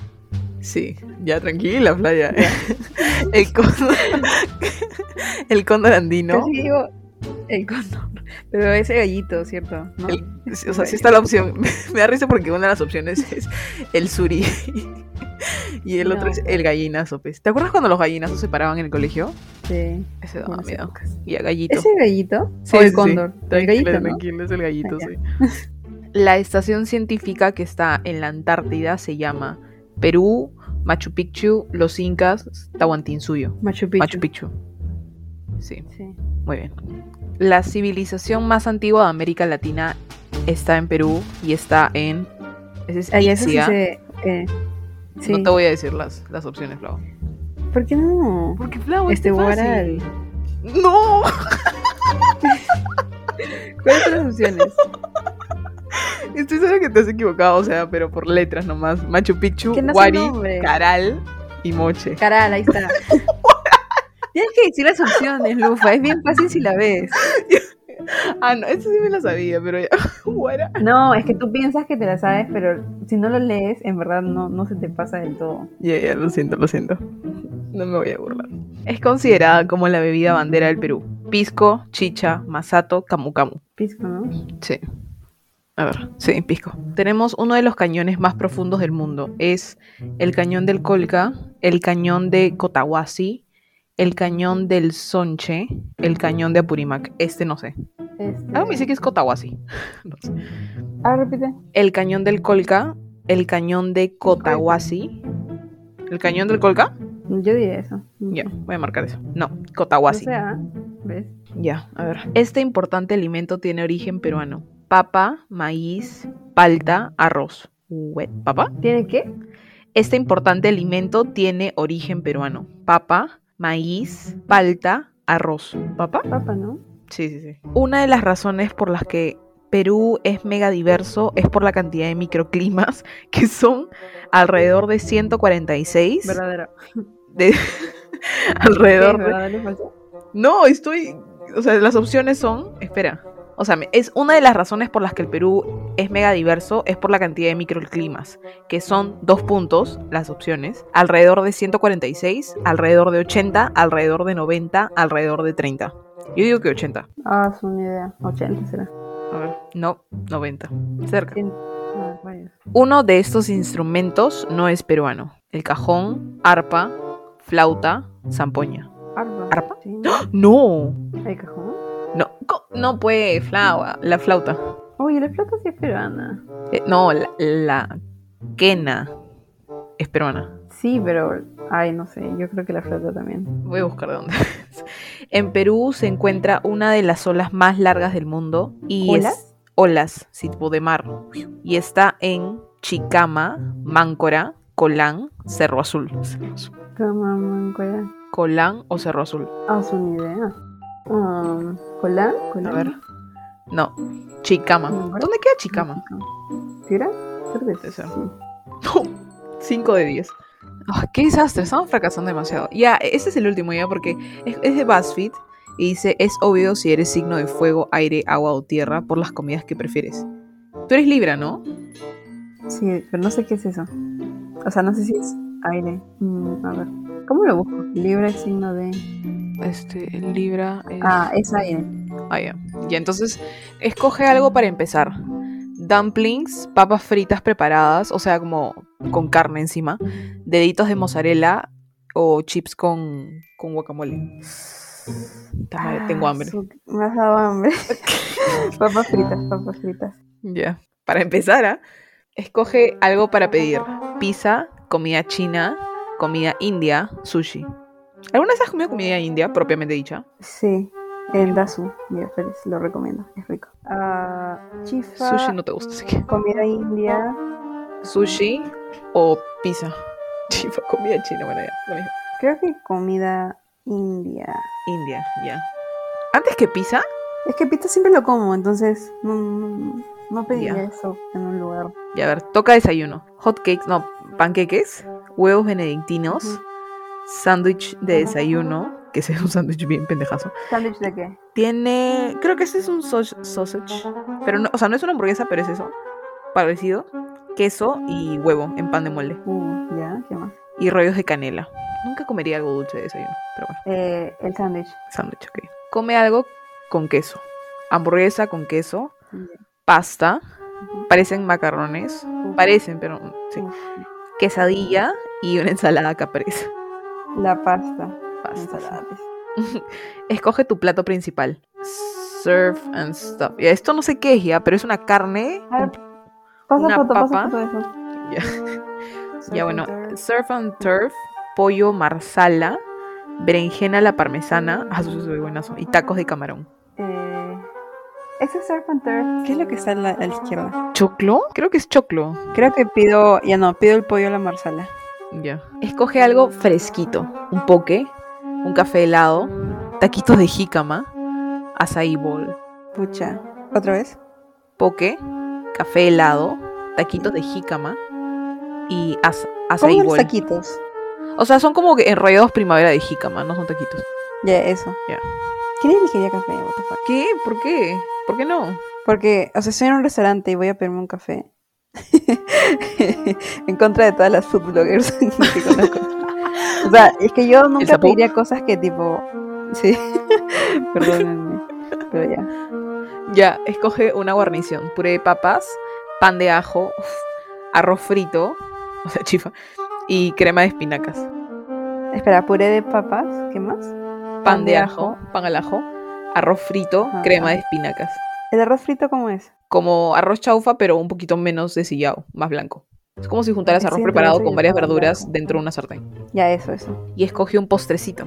S3: Sí, ya tranquila, *laughs* Flaya. El cóndor. *laughs* El cóndor andino.
S1: Casi digo el cóndor. *laughs* Pero ese gallito, ¿cierto? ¿No?
S3: El- O sea, sí está la opción. *laughs* Me da risa porque una de las opciones es el suri. *laughs* Y el otro
S1: No.
S3: es el gallinazo, pues. ¿Te acuerdas cuando los gallinazos se paraban en el colegio?
S1: Sí.
S3: Ese daba
S1: Buenas
S3: miedo.
S1: épocas.
S3: Y a gallito.
S1: ¿Es el gallito?
S3: Sí,
S1: ¿O
S3: sí,
S1: el
S3: sí.
S1: cóndor? El
S3: Tranquila,
S1: gallito, ¿no?
S3: tranquila, es el gallito,
S1: Ah, *laughs*
S3: sí. La estación científica que está en la Antártida se llama Perú, Machu Picchu, Los Incas, Tahuantinsuyo.
S1: Machu Picchu.
S3: Machu Picchu. Sí,
S1: Sí.
S3: muy bien. La civilización más antigua de América Latina está en Perú y está en... Ese es
S1: Ah, ya, eso sí
S3: Ixia.
S1: se... eh, sí.
S3: No te voy a decir las, las opciones, Flau.
S1: ¿Por qué no?
S3: Porque Flau
S1: Este Guaral.
S3: fácil. ¡No!
S1: ¿Cuáles son las opciones?
S3: Estoy segura que te has equivocado, o sea, pero por letras nomás. Machu Picchu,
S1: Que no sé
S3: Wari,
S1: nombre.
S3: Caral y Moche.
S1: Caral, ahí
S3: *laughs*
S1: está. Tienes que decir las opciones, Lufa. Es bien fácil si la ves.
S3: Ah, no, eso sí me la sabía, pero ya. *laughs* Guara.
S1: No, es que tú piensas que te la sabes, pero si no lo lees, en verdad no, no se te pasa del todo.
S3: Ya, ya, lo siento, lo siento. No me voy a burlar. Es considerada como la bebida bandera del Perú. Pisco, chicha, masato, camu camu.
S1: Pisco, ¿no?
S3: Sí. A ver, sí, pisco. Tenemos uno de los cañones más profundos del mundo. Es el cañón del Colca, el cañón de Cotahuasi, el cañón del Sonche, el cañón de Apurímac. Este no sé.
S1: Este...
S3: Algo me dice que es Cotahuasi. No sé.
S1: Ah, repite.
S3: El cañón del Colca, el cañón de Cotahuasi. ¿El cañón del Colca?
S1: Yo diría eso.
S3: Ya, voy a marcar eso. No,
S1: O
S3: Cotahuasi.
S1: sea, ¿ves?
S3: Ya, a ver. Este importante alimento tiene origen peruano. Papa, maíz, palta, arroz. Ué, ¿Papa?
S1: ¿Tiene qué?
S3: Este importante alimento tiene origen peruano. Papa, maíz, palta, arroz. ¿Papa?
S1: Papa, ¿no?
S3: Sí, sí, sí. Una de las razones por las que Perú es mega diverso es por la cantidad de microclimas *laughs* que son alrededor de 146.
S1: Verdadero.
S3: *laughs* De,
S1: ¿Qué es
S3: alrededor de-
S1: verdadero o falso?
S3: No, estoy... O sea, las opciones son... Espera. O sea, me- es una de las razones por las que el Perú es mega diverso es por la cantidad de microclimas, que son dos puntos, las opciones, alrededor de 146, alrededor de 80, alrededor de 90, alrededor de 30. Yo digo que 80.
S1: Ah, es una idea. 80 será.
S3: A ver, no, 90. Cerca.
S1: Cien- Ah, rayos.
S3: Uno de estos instrumentos no es peruano. El cajón, arpa, flauta, zampoña.
S1: Arpa.
S3: Arpa.
S1: Sí, ¿no?
S3: No,
S1: ¿El cajón?
S3: no, co- no puede, flava, la flauta.
S1: Oye, la plata sí es peruana.
S3: Eh, no, la, la quena es peruana.
S1: Sí, pero. Ay, no sé, yo creo que la flauta también.
S3: Voy a buscar de dónde es. En Perú se encuentra una de las olas más largas del mundo y es-
S1: ¿Olas?
S3: olas, sí, tipo de mar. Y está en Chicama, Máncora, Colán, Cerro Azul. Cerro Azul.
S1: Cama, mancuera.
S3: Colán o Cerro Azul.
S1: Ah, es una idea. Um, ¿Colán? ¿Colán?
S3: A ver. No, Chicama.
S1: Máncora.
S3: ¿Dónde queda Chicama?
S1: ¿Sí era? Creo que
S3: Debe ser.
S1: sí.
S3: 5 de 10. Ah, ¡Qué desastre! Estamos fracasando demasiado. Ya, este es el último ya porque es, es de BuzzFeed y dice, es obvio si eres signo de fuego, aire, agua o tierra por las comidas que prefieres. Tú eres Libra, ¿no?
S1: Sí, pero no sé qué es eso. O sea, no sé si es aire. Mm, a ver. ¿Cómo lo busco? Libra, signo de.
S3: Este, Libra es...
S1: Ah, es aire.
S3: Ah, ya. Ya, entonces, escoge algo para empezar. Dumplings, papas fritas preparadas, o sea, como con carne encima, deditos de mozzarella o chips con, con guacamole. Puta madre, Tengo
S1: Ah,
S3: hambre.
S1: su- Me has
S3: *laughs*
S1: dado hambre. papas fritas, papas fritas.
S3: Ya. Para empezar, ¿ah? escoge algo para pedir. Pizza, comida china, comida india, sushi. ¿Alguna vez has comido comida india, propiamente dicha?
S1: Sí, en Dasu. Mira, Félix, lo recomiendo. Es rico. Ah, chifa.
S3: Sushi no te gusta, así que...
S1: Comida india.
S3: Sushi, o pizza. *laughs* Chifa, comida china, bueno, ya, lo mismo.
S1: Creo que comida india.
S3: India, ya. Antes que pizza,
S1: Es que pizza siempre lo como, entonces no, no, no pediría
S3: Ya.
S1: eso en un lugar.
S3: ya a ver, toca desayuno. Hot cakes, no, panqueques, huevos benedictinos,
S1: Ujú.
S3: sándwich de desayuno, que ese es un sándwich bien pendejazo.
S1: ¿Sándwich de qué?
S3: Tiene, creo que ese es un sau- sausage, pero no, o sea, no es una hamburguesa, pero es eso, parecido. Queso y huevo en pan de molde
S1: Uh, ya, ¿qué más?
S3: y rollos de canela. Nunca comería algo dulce de desayuno, pero bueno.
S1: Eh, el sándwich.
S3: Sándwich, ok. Come algo con queso. Hamburguesa con queso.
S1: Ya.
S3: Pasta.
S1: Ujú.
S3: Parecen macarrones.
S1: Uf,
S3: Parecen, pero mm, sí.
S1: uf.
S3: Quesadilla y una ensalada caprese.
S1: La pasta.
S3: Pasta.
S1: Ensalada. pues.
S3: Escoge tu plato principal. Serve and stuff. Ya, esto no sé qué es ya, pero es una carne.
S1: A ver,
S3: con-
S1: Pasa
S3: Una
S1: foto,
S3: papa.
S1: pasa foto de eso.
S3: Ya.
S1: Surf
S3: Ya
S1: and
S3: bueno,
S1: turf.
S3: surf and turf, pollo marsala, berenjena a la parmesana, ah, eso es buenazo, y tacos de camarón.
S1: Eh, ese es surf and turf. ¿Qué es lo que está a la, a la izquierda?
S3: ¿Choclo? Creo que es choclo.
S1: Creo que pido, ya no, pido el pollo a la marsala.
S3: Ya. Escoge algo fresquito. Un poke, un café helado, taquitos de jícama, açaí bowl,
S1: Pucha. ¿Otra vez?
S3: poke, café helado, taquitos de jícama y aza-
S1: ¿Cómo
S3: açaí
S1: los
S3: bowl.
S1: taquitos?
S3: O sea, son como que enrollados primavera de jícama, no son taquitos.
S1: Ya, eso.
S3: Ya.
S1: ¿Quién elegiría café? What the fuck?
S3: ¿Qué? ¿Por qué? ¿Por qué no?
S1: Porque, o sea, estoy en un restaurante y voy a pedirme un café. en contra de todas las food bloggers *laughs* que conozco. O sea, es que yo nunca
S3: sapo?
S1: pediría cosas que tipo. Sí. *laughs* Perdónenme. Pero ya.
S3: Ya, escoge una guarnición. Puré de papas, pan de ajo, uf, arroz frito, *laughs* o sea, chifa, y crema de espinacas.
S1: Espera, puré de papas. ¿Qué más?
S3: Pan, de, ajo, pan al ajo, arroz frito,
S1: Ajá.
S3: crema de espinacas.
S1: ¿El arroz frito cómo es?
S3: Como arroz chaufa, pero un poquito menos desillado, más blanco. Es como si juntaras
S1: Sí,
S3: arroz
S1: entre
S3: preparado
S1: eso y
S3: con
S1: el
S3: varias
S1: pan
S3: verduras
S1: blanco.
S3: dentro de una sartén.
S1: Ya, eso, eso.
S3: Y escoge un postrecito.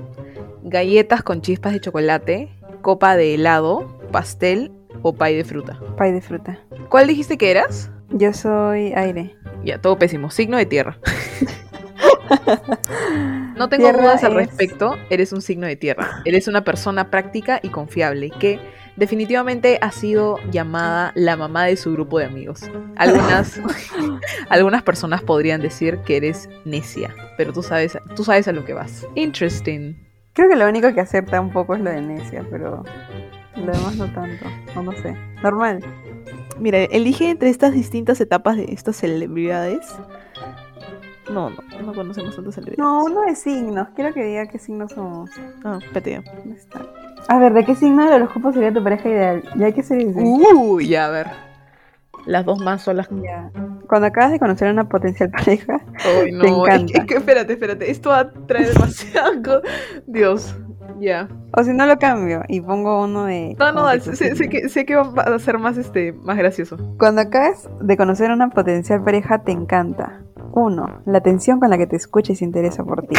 S3: Galletas con chispas de chocolate, copa de helado, pastel o pay de fruta.
S1: Pay de fruta.
S3: ¿Cuál dijiste que eras?
S1: Yo soy aire.
S3: Ya, todo pésimo. Signo de tierra. No tengo
S1: Tierra
S3: dudas al
S1: es-
S3: respecto. Eres un signo de tierra. Eres una persona práctica y confiable que definitivamente ha sido llamada la mamá de su grupo de amigos. *laughs* Algunas, algunas personas podrían decir que eres necia, pero tú sabes, tú sabes a lo que vas. Interesting.
S1: Creo que lo único que acepta un poco es lo de necia, pero. Lo demás no tanto. No, no sé. Normal.
S3: Mira, elige entre estas distintas etapas de estas celebridades. No, no, no conocemos tantas celebridades.
S1: No, uno de signos. Quiero que diga qué signos somos.
S3: Ah, espérate.
S1: ¿Dónde está? A ver, ¿de qué signo del horóscopo sería tu pareja ideal? Ya que se dice.
S3: Uh, ya, a ver. Las dos más son las
S1: Ya. Cuando acabas de conocer a una potencial *laughs* pareja,
S3: Ay, no, es que,
S1: encanta.
S3: es que espérate, espérate. Esto va a traer demasiado. *laughs* co- Dios, ya.
S1: o si no lo cambio y pongo uno de.
S3: No, no,
S1: como que tu
S3: sé, sé
S1: signo.
S3: que, sé que va va a ser más, este, más gracioso.
S1: Cuando acabas de conocer a una potencial pareja, te encanta. Uno, la atención con la que te escucha y se interesa por
S3: *laughs*
S1: ti.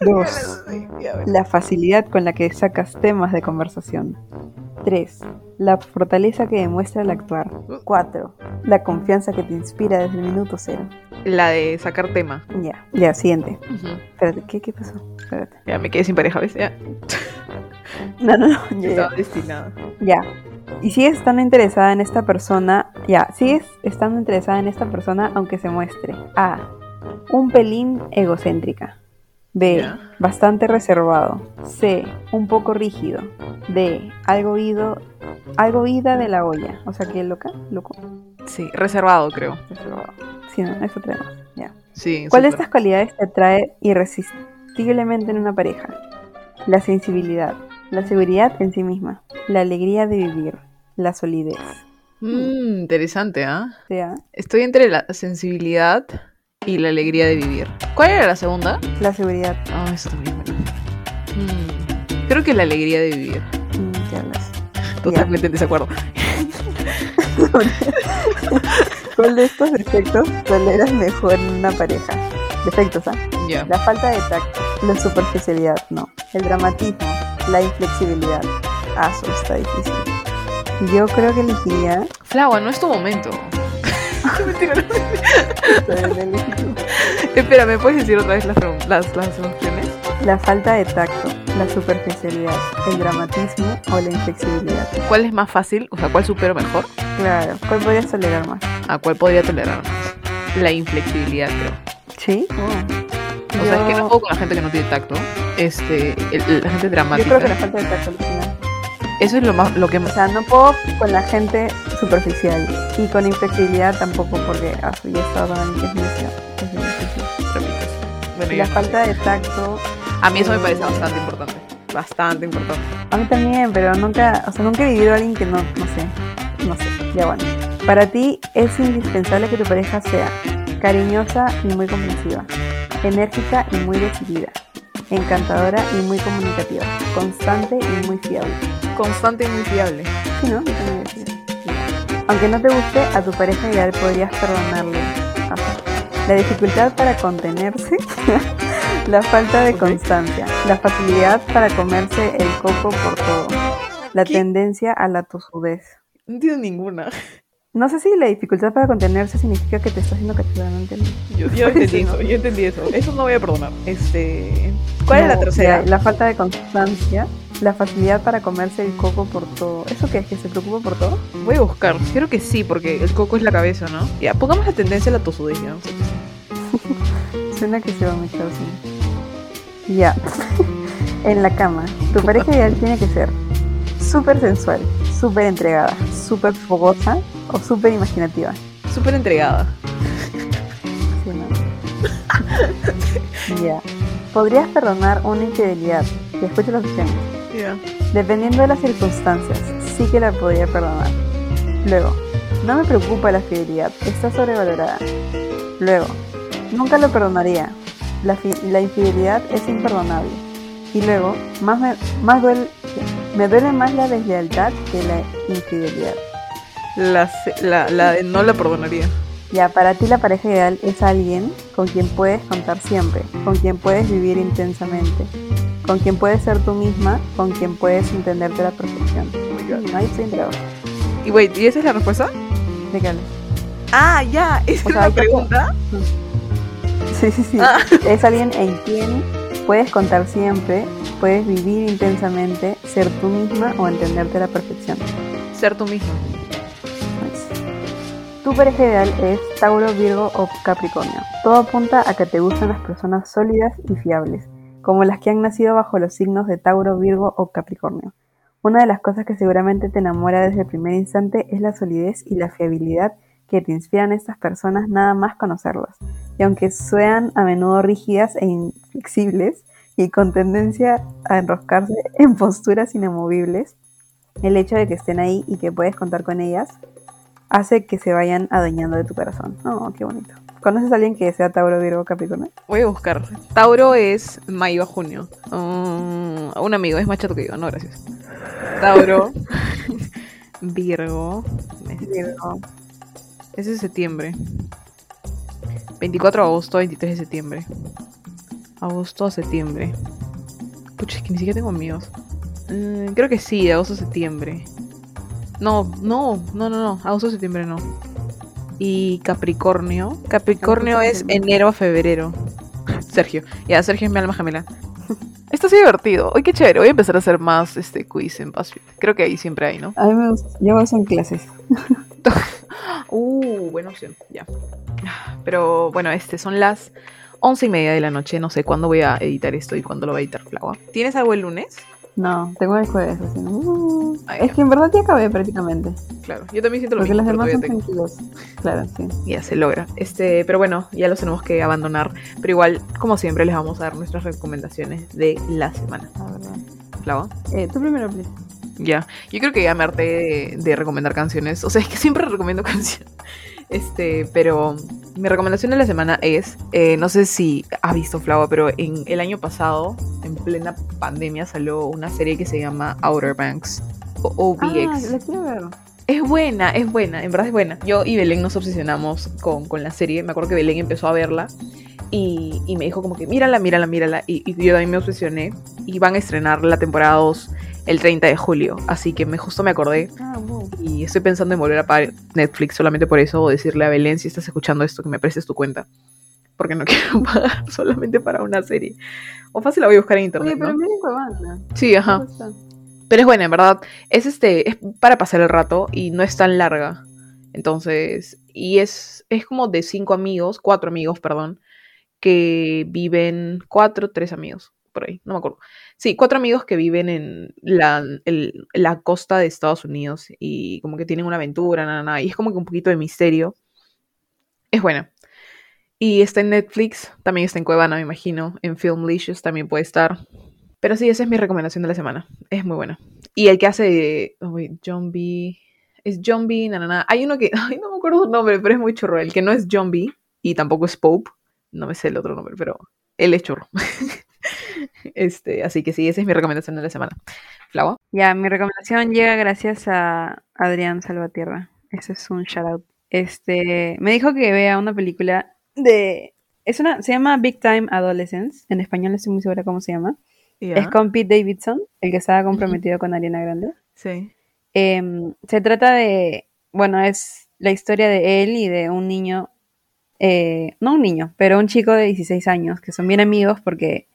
S1: Dos,
S3: Ya, bueno.
S1: la facilidad con la que sacas temas de conversación. 3. La fortaleza que demuestra al actuar. 4. La confianza que te inspira desde el minuto cero.
S3: La de sacar tema.
S1: Ya, ya, siguiente.
S3: Ujú.
S1: Espérate, ¿qué, qué pasó? Espérate.
S3: Ya me quedé sin pareja, ¿ves? Ya.
S1: No, no,
S3: *laughs*
S1: no. Ya, ya.
S3: Estaba destinada.
S1: ya. Y sigues estando interesada en esta persona. Ya, sigues estando interesada en esta persona aunque se muestre. A. Un pelín egocéntrica. B.
S3: Ya.
S1: Bastante reservado. C. Un poco rígido. D. Algo ido. Algo ida de la olla. O sea que loca, loco,
S3: Sí, reservado, creo.
S1: reservado. Sí, no, eso tenemos. Ya.
S3: Sí.
S1: ¿Cuál de
S3: súper.
S1: estas cualidades te atrae irresistiblemente en una pareja? La sensibilidad, la seguridad en sí misma, la alegría de vivir, la solidez.
S3: Mm, interesante, ¿ah?
S1: O sea,
S3: Estoy entre la sensibilidad y la alegría de vivir. ¿Cuál era la segunda?
S1: la seguridad.
S3: Ah, eso también. bueno. Mm, Creo que la alegría de vivir.
S1: Mm, ¿Qué hablas?
S3: Totalmente en desacuerdo.
S1: ¿Cuál de estos defectos toleras mejor en una pareja? Defectos, ¿ah?
S3: Ya.
S1: La falta de tacto, la superficialidad, no. El dramatismo, la inflexibilidad. Ah, eso está difícil. Yo creo que elegiría. *laughs*
S3: Flava, no es tu momento. Qué mentira, no. Espera, ¿me puedes decir otra vez las, pregun- las, las opciones?
S1: La falta de tacto, la superficialidad, el dramatismo o la inflexibilidad.
S3: ¿Cuál es más fácil? O sea, ¿cuál supero mejor?
S1: Claro, ¿cuál podrías tolerar más?
S3: ¿A cuál podría tolerar más? La inflexibilidad, creo.
S1: Sí.
S3: O sea, es que no juego con la gente que no tiene tacto. Este, el- el- la gente
S1: yo
S3: dramática.
S1: creo que la falta de tacto al final.
S3: Eso es lo más, lo que
S1: O sea, no puedo con la gente superficial y con inflexibilidad tampoco porque ah, ya estaba con la definición. Es bien difícil.
S3: Bueno, yo
S1: Y la
S3: no sé.
S1: falta de tacto,
S3: A mí eso me parece bastante importante. Bastante importante.
S1: a mí también, pero nunca, o sea, nunca he vivido a alguien que no, no sé, no sé, ya bueno. Para ti es indispensable que tu pareja sea cariñosa y muy comprensiva, enérgica y muy decidida, encantadora y muy comunicativa, constante y muy fiable. e
S3: Constante y muy fiable.
S1: Sí, ¿no? Yo también decía. Aunque no te guste, a tu pareja ideal podrías perdonarle ajá, la dificultad para contenerse, *laughs* la falta de
S3: Ok.
S1: constancia, la facilidad para comerse el coco por todo, la
S3: ¿Qué?
S1: tendencia a la tosudez.
S3: No entiendo ninguna.
S1: No sé si la dificultad para contenerse significa que te está haciendo cachuda, no entiendo.
S3: Yo, yo entendí
S1: Sí, ¿no?
S3: eso, yo entendí eso. Eso no voy a perdonar. Este. ¿Cuál es
S1: No,
S3: la tercera?
S1: ya, La falta de constancia, la facilidad para comerse el coco por todo. ¿Eso qué es? ¿Que se preocupa por todo?
S3: Voy a buscar. Creo que sí, porque el coco es la cabeza, ¿no? Ya, pongamos la tendencia a la tosudez, ¿no?
S1: Suena que se va a meter así. Ya. *laughs* en la cama. Tu pareja ideal tiene que ser súper sensual, súper entregada, súper fogosa o súper imaginativa.
S3: Súper entregada.
S1: Sí, ¿no? ya. Podrías perdonar una infidelidad. Y escucha las opciones.
S3: Ya.
S1: Dependiendo de las circunstancias, sí que la podría perdonar. Luego, no me preocupa la fidelidad, está sobrevalorada. Luego, nunca lo perdonaría. La, fi- la infidelidad es imperdonable. Y luego, más me, más duele, me duele más la deslealtad que la infidelidad.
S3: La, se- la, la de no la perdonaría.
S1: Ya, para ti la pareja ideal es alguien con quien puedes contar siempre, con quien puedes vivir intensamente, con quien puedes ser tú misma, con quien puedes entenderte a la perfección. No, ahí estoy en trabajo.
S3: Y wait, ¿y esa es la respuesta?
S1: ¿De qué hablas?
S3: Ah, ya, *laughs* esa
S1: O
S3: es
S1: sea,
S3: la
S1: esa-
S3: pregunta.
S1: Sí, sí, sí.
S3: Ah.
S1: Es alguien en quien puedes contar siempre, puedes vivir intensamente, ser tú misma o entenderte a la perfección.
S3: Ser tú mismo.
S1: Nice. Tu pareja ideal es Tauro, Virgo o Capricornio. Todo apunta a que te gustan las personas sólidas y fiables, como las que han nacido bajo los signos de Tauro, Virgo o Capricornio. Una de las cosas que seguramente te enamora desde el primer instante es la solidez y la fiabilidad que te inspiran estas personas nada más conocerlas. Y aunque sean a menudo rígidas e inflexibles y con tendencia a enroscarse en posturas inamovibles, el hecho de que estén ahí y que puedes contar con ellas hace que se vayan adueñando de tu corazón. Oh, qué bonito. ¿Conoces a alguien que sea Tauro, Virgo, Capricornio?
S3: Voy a buscar. Tauro es mayo a junio. Mm, un amigo, es más chato que yo, no, gracias.
S1: *laughs*
S3: Tauro. Virgo.
S1: Virgo.
S3: Ese es septiembre. 24 de agosto, 23 de septiembre. Agosto a septiembre. Pucha, es que ni siquiera tengo amigos. Mm, creo que sí, de agosto a septiembre. No, no, no, no, no. Agosto a septiembre no. Y Capricornio. Capricornio
S1: Agosto a
S3: es
S1: septiembre.
S3: enero a febrero. *laughs* Sergio. Ya, Sergio es mi alma gemela. Esto ha sido divertido. Hoy qué chévere. Voy a empezar a hacer más este quiz en BuzzFeed. Creo que ahí siempre hay, ¿no?
S1: A mí me gusta. Yo uso en clases.
S3: Uh, buena opción, ya. Pero bueno, este son las once y media de la noche. No sé cuándo voy a editar esto y cuándo lo voy a editar ¿ah? Flava. ¿Tienes algo el lunes?
S1: No, tengo el jueves. Así. Uh,
S3: Ay,
S1: es que en verdad ya acabé prácticamente.
S3: Claro, yo también siento lo
S1: Porque
S3: mismo.
S1: las
S3: pero
S1: demás
S3: todavía
S1: son
S3: tengo.
S1: tranquilos. Claro, sí.
S3: Ya se logra. Este, pero bueno, ya los tenemos que abandonar. Pero igual, como siempre, les vamos a dar nuestras recomendaciones de la semana. ¿ah?
S1: La verdad.
S3: Flava.
S1: Eh, tú primero, please.
S3: Ya, yo creo que ya me harté de, de recomendar canciones. O sea, es que siempre recomiendo *laughs* canciones. Este, pero mi recomendación de la semana es, eh, no sé si has visto Flava, pero en el año pasado, en plena pandemia, salió una serie que se llama Outer Banks. o- OBX.
S1: Ah, la quiero ver.
S3: Es buena, es buena, en verdad es buena. Yo y Belén nos obsesionamos con, con la serie. Me acuerdo que Belén empezó a verla y, y me dijo como que mírala, mírala, mírala. Y, y yo también me obsesioné. Y van a estrenar la temporada 2 el 30 de julio. Así que me, justo me acordé
S1: Ah, bu.
S3: y estoy pensando en volver a pagar Netflix solamente por eso o decirle a Belén si estás escuchando esto que me prestes tu cuenta. Porque no *laughs* quiero pagar solamente para una serie. O fácil la voy a buscar en internet.
S1: Oye, pero
S3: ¿no?
S1: mira en Cuevana.
S3: Sí, ajá. Pero es buena, en verdad. Es este, es para pasar el rato y no es tan larga. Entonces, y es, es como de cinco amigos, cuatro amigos, perdón, que viven, cuatro, tres amigos, por ahí, no me acuerdo. Sí, cuatro amigos que viven en la, el- la costa de Estados Unidos y como que tienen una aventura, nada, nada, y es como que un poquito de misterio. Es buena. Y está en Netflix, también está en Cuevana, me imagino, en Filmlicious también puede estar. Pero sí, esa es mi recomendación de la semana. Es muy buena. Y el que hace. uy, John B. Es John B. na, na, na. Hay uno que. *laughs* Ay, no me acuerdo su nombre, pero es muy churro. El que no es John B. Y tampoco es Pope. No me sé el otro nombre, pero él es churro. *laughs* este, así que sí, esa es mi recomendación de la semana. Flava.
S1: Ya, mi recomendación llega gracias a Adrián Salvatierra. Ese es un shout out. Este, me dijo que vea una película de es una se llama Big Time Adolescence, en español no estoy muy segura cómo se llama. Es con Pete Davidson, el que estaba comprometido con Ariana Grande.
S3: Sí.
S1: Em, se trata de, bueno, es la historia de él y de un niño, eh, no un niño, pero un chico de 16 años, que son bien amigos porque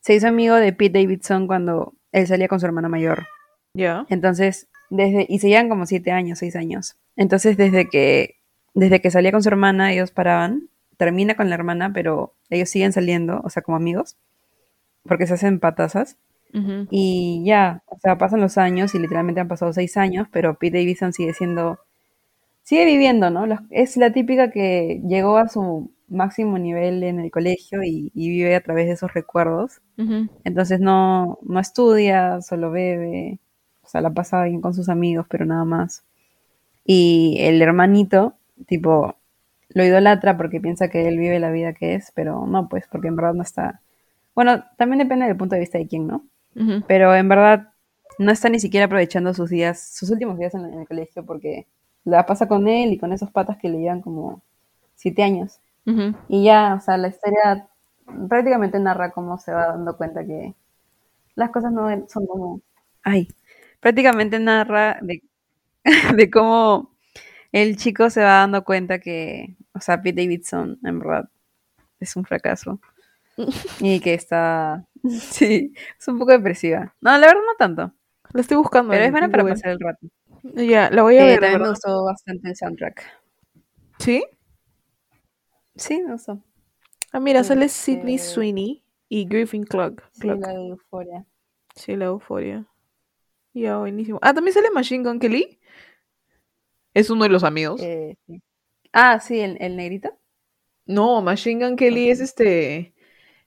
S1: se hizo amigo de Pete Davidson cuando él salía con su hermana mayor.
S3: Ya.
S1: Entonces, desde, y se llevan como siete años, seis años. Entonces, desde que, desde que salía con su hermana, ellos paraban, termina con la hermana, pero ellos siguen saliendo, o sea, como amigos, porque se hacen patazas.
S3: Ujú.
S1: Y ya, o sea, pasan los años y literalmente han pasado seis años, pero Pete Davidson sigue siendo, sigue viviendo, ¿no? Los- es la típica que llegó a su máximo nivel en el colegio y, y vive a través de esos recuerdos.
S3: Ujú.
S1: Entonces no, no estudia, solo bebe, o sea, la pasa bien con sus amigos, pero nada más. Y el hermanito, tipo, lo idolatra porque piensa que él vive la vida que es, pero no, pues, porque en verdad no está... Bueno, también depende del punto de vista de quién, ¿no?
S3: Ujú.
S1: pero en verdad no está ni siquiera aprovechando sus días, sus últimos días en, la- en el colegio, porque la pasa con él y con esos patas que le llevan como siete años.
S3: Ujú.
S1: Y ya, o sea, la historia prácticamente narra cómo se va dando cuenta que las cosas no er- son como... Ay, prácticamente narra de, *laughs* de cómo el chico se va dando cuenta que, o sea, Pete Davidson, en verdad, es un *laughs* fracaso. Y que está, sí, es un poco depresiva. No, la verdad no tanto,
S3: La estoy buscando.
S1: pero
S3: en
S1: es buena para
S3: Google.
S1: pasar el rato.
S3: Ya, la voy a
S1: Eh,
S3: ver.
S1: también me
S3: ¿verdad?
S1: gustó bastante el soundtrack.
S3: ¿Sí?
S1: Sí, me gustó.
S3: Ah, mira, sale Sidney
S1: Este-
S3: Sweeney y Griffin Clark.
S1: Sí, la de Euphoria.
S3: Sí, la euforia. Ya, buenísimo. Ah, también sale Machine Gun Kelly. Es uno de los amigos.
S1: Eh, sí. Ah, sí, el, el negrito.
S3: No, Machine Gun Kelly es este.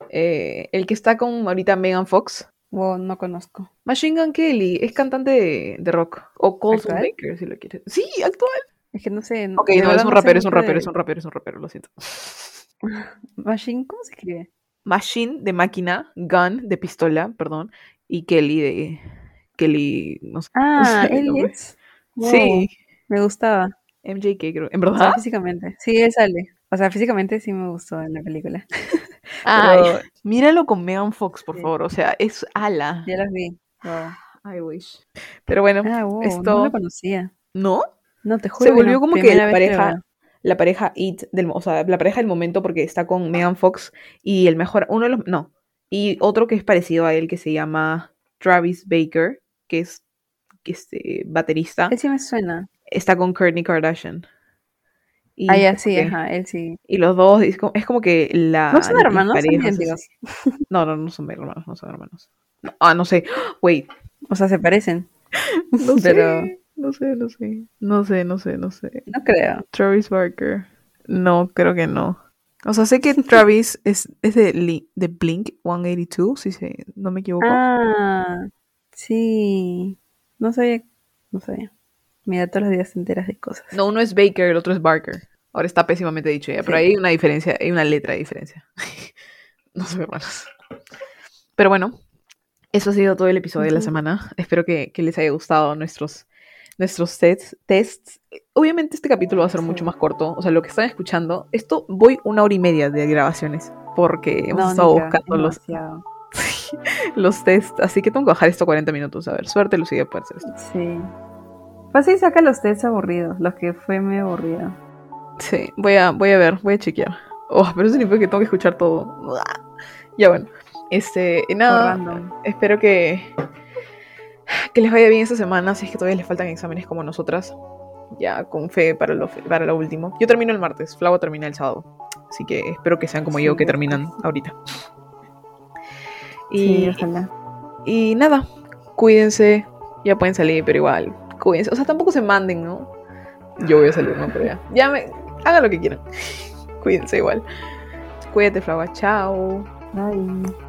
S3: eh, el que está con ahorita Megan Fox.
S1: Wow, no conozco.
S3: Machine Gun Kelly es cantante de, de rock. O Colson
S1: ¿Actual?
S3: Baker, si lo quieres. Sí, actual.
S1: Es que no sé.
S3: Ok,
S1: de
S3: no, es
S1: verdad
S3: un
S1: sé
S3: rapero, es un
S1: mucho de-
S3: rapero, es un rapero, es un rapero, lo siento.
S1: Machine, ¿cómo se escribe?
S3: Machine de máquina, Gun de pistola, perdón. Y Kelly de. Kelly, no sé. no sé
S1: *laughs* Ah,
S3: el
S1: él
S3: nombre.
S1: es.
S3: Sí, ¿Ah?
S1: Wow, Me gustaba.
S3: MJK creo. ¿En
S1: O sea,
S3: verdad?
S1: físicamente. Sí, él sale. O sea, físicamente sí me gustó en la película.
S3: Ay,
S1: Pero
S3: míralo con Megan Fox, por
S1: Sí.
S3: favor. O sea, es ala.
S1: ya las vi. Wow.
S3: I wish. Pero bueno,
S1: Ah, wow, no
S3: esto.
S1: lo conocía.
S3: ¿No?
S1: No, te juro.
S3: Se
S1: que
S3: volvió
S1: no.
S3: como que la
S1: Primera vez lo
S3: pareja.
S1: veo.
S3: La pareja It, del, mo- o sea, la pareja del momento porque está con Megan Fox y el mejor, uno de los, no, y otro que es parecido a él que se llama Travis Baker, que es que este, baterista,
S1: Él sí me suena.
S3: está con Kourtney Kardashian. Y,
S1: Ah,
S3: es
S1: ya
S3: como
S1: sí,
S3: que- ah,
S1: ajá, él sí.
S3: y los dos, es como, es como que la,
S1: ¿No son
S3: las
S1: hermanos? Son
S3: parejas,
S1: idénticos.
S3: así. No, no, no son hermanos, no son hermanos. No, ah, no sé. *gasps* Wait,
S1: O sea, se parecen.
S3: *laughs* no
S1: *laughs* Pero
S3: sé, no sé, no sé. No sé, no sé, no sé.
S1: no creo.
S3: Travis Barker. No, creo que no. O sea,
S1: *laughs*
S3: sé que Travis es, es de, Li- de Blink 182, si se, no me equivoco.
S1: Ah, sí. No sabía. No sabía. Mira, todos los días te enteras de cosas.
S3: No, uno es Baker, el otro es Barker. Ahora está pésimamente dicho ya, pero
S1: Sí.
S3: hay una diferencia, hay una letra de diferencia. *laughs* no son hermanos. Pero bueno, eso ha sido todo el episodio de la
S1: Ujú.
S3: semana. Espero que, que les haya gustado nuestros, nuestros tests, tests. Obviamente este capítulo va a ser mucho más corto. O sea, lo que están escuchando, esto voy una hora y media de grabaciones. Porque hemos
S1: No,
S3: estado
S1: ni creo. Es
S3: buscando los,
S1: demasiado.
S3: los test. Así que tengo que bajar esto 40 minutos. A ver, suerte, Lucía, puede hacer esto.
S1: Sí. Fácil saca los tests aburridos, los que fue medio aburrido.
S3: Sí, voy a, voy a ver, voy a chequear. Oh, pero eso significa que tengo que escuchar todo. Ya bueno. Este, y
S1: o
S3: nada.
S1: random.
S3: Espero que, que les vaya bien esta semana, si es que todavía les faltan exámenes como nosotras. Ya con fe para lo, para lo último. Yo termino el martes, Flavo termina el sábado. Así que espero que sean como
S1: Sí,
S3: yo que
S1: yo
S3: terminan ahorita.
S1: Sí,
S3: Y,
S1: ojalá.
S3: y nada, cuídense. Ya pueden salir, pero igual, cuídense. O sea, tampoco se manden, ¿no? Yo voy a salir, ¿no? Pero ya. Ya me. *laughs* Hagan lo que quieran. cuídense igual. Cuídate, Flava. Chao.
S1: Bye.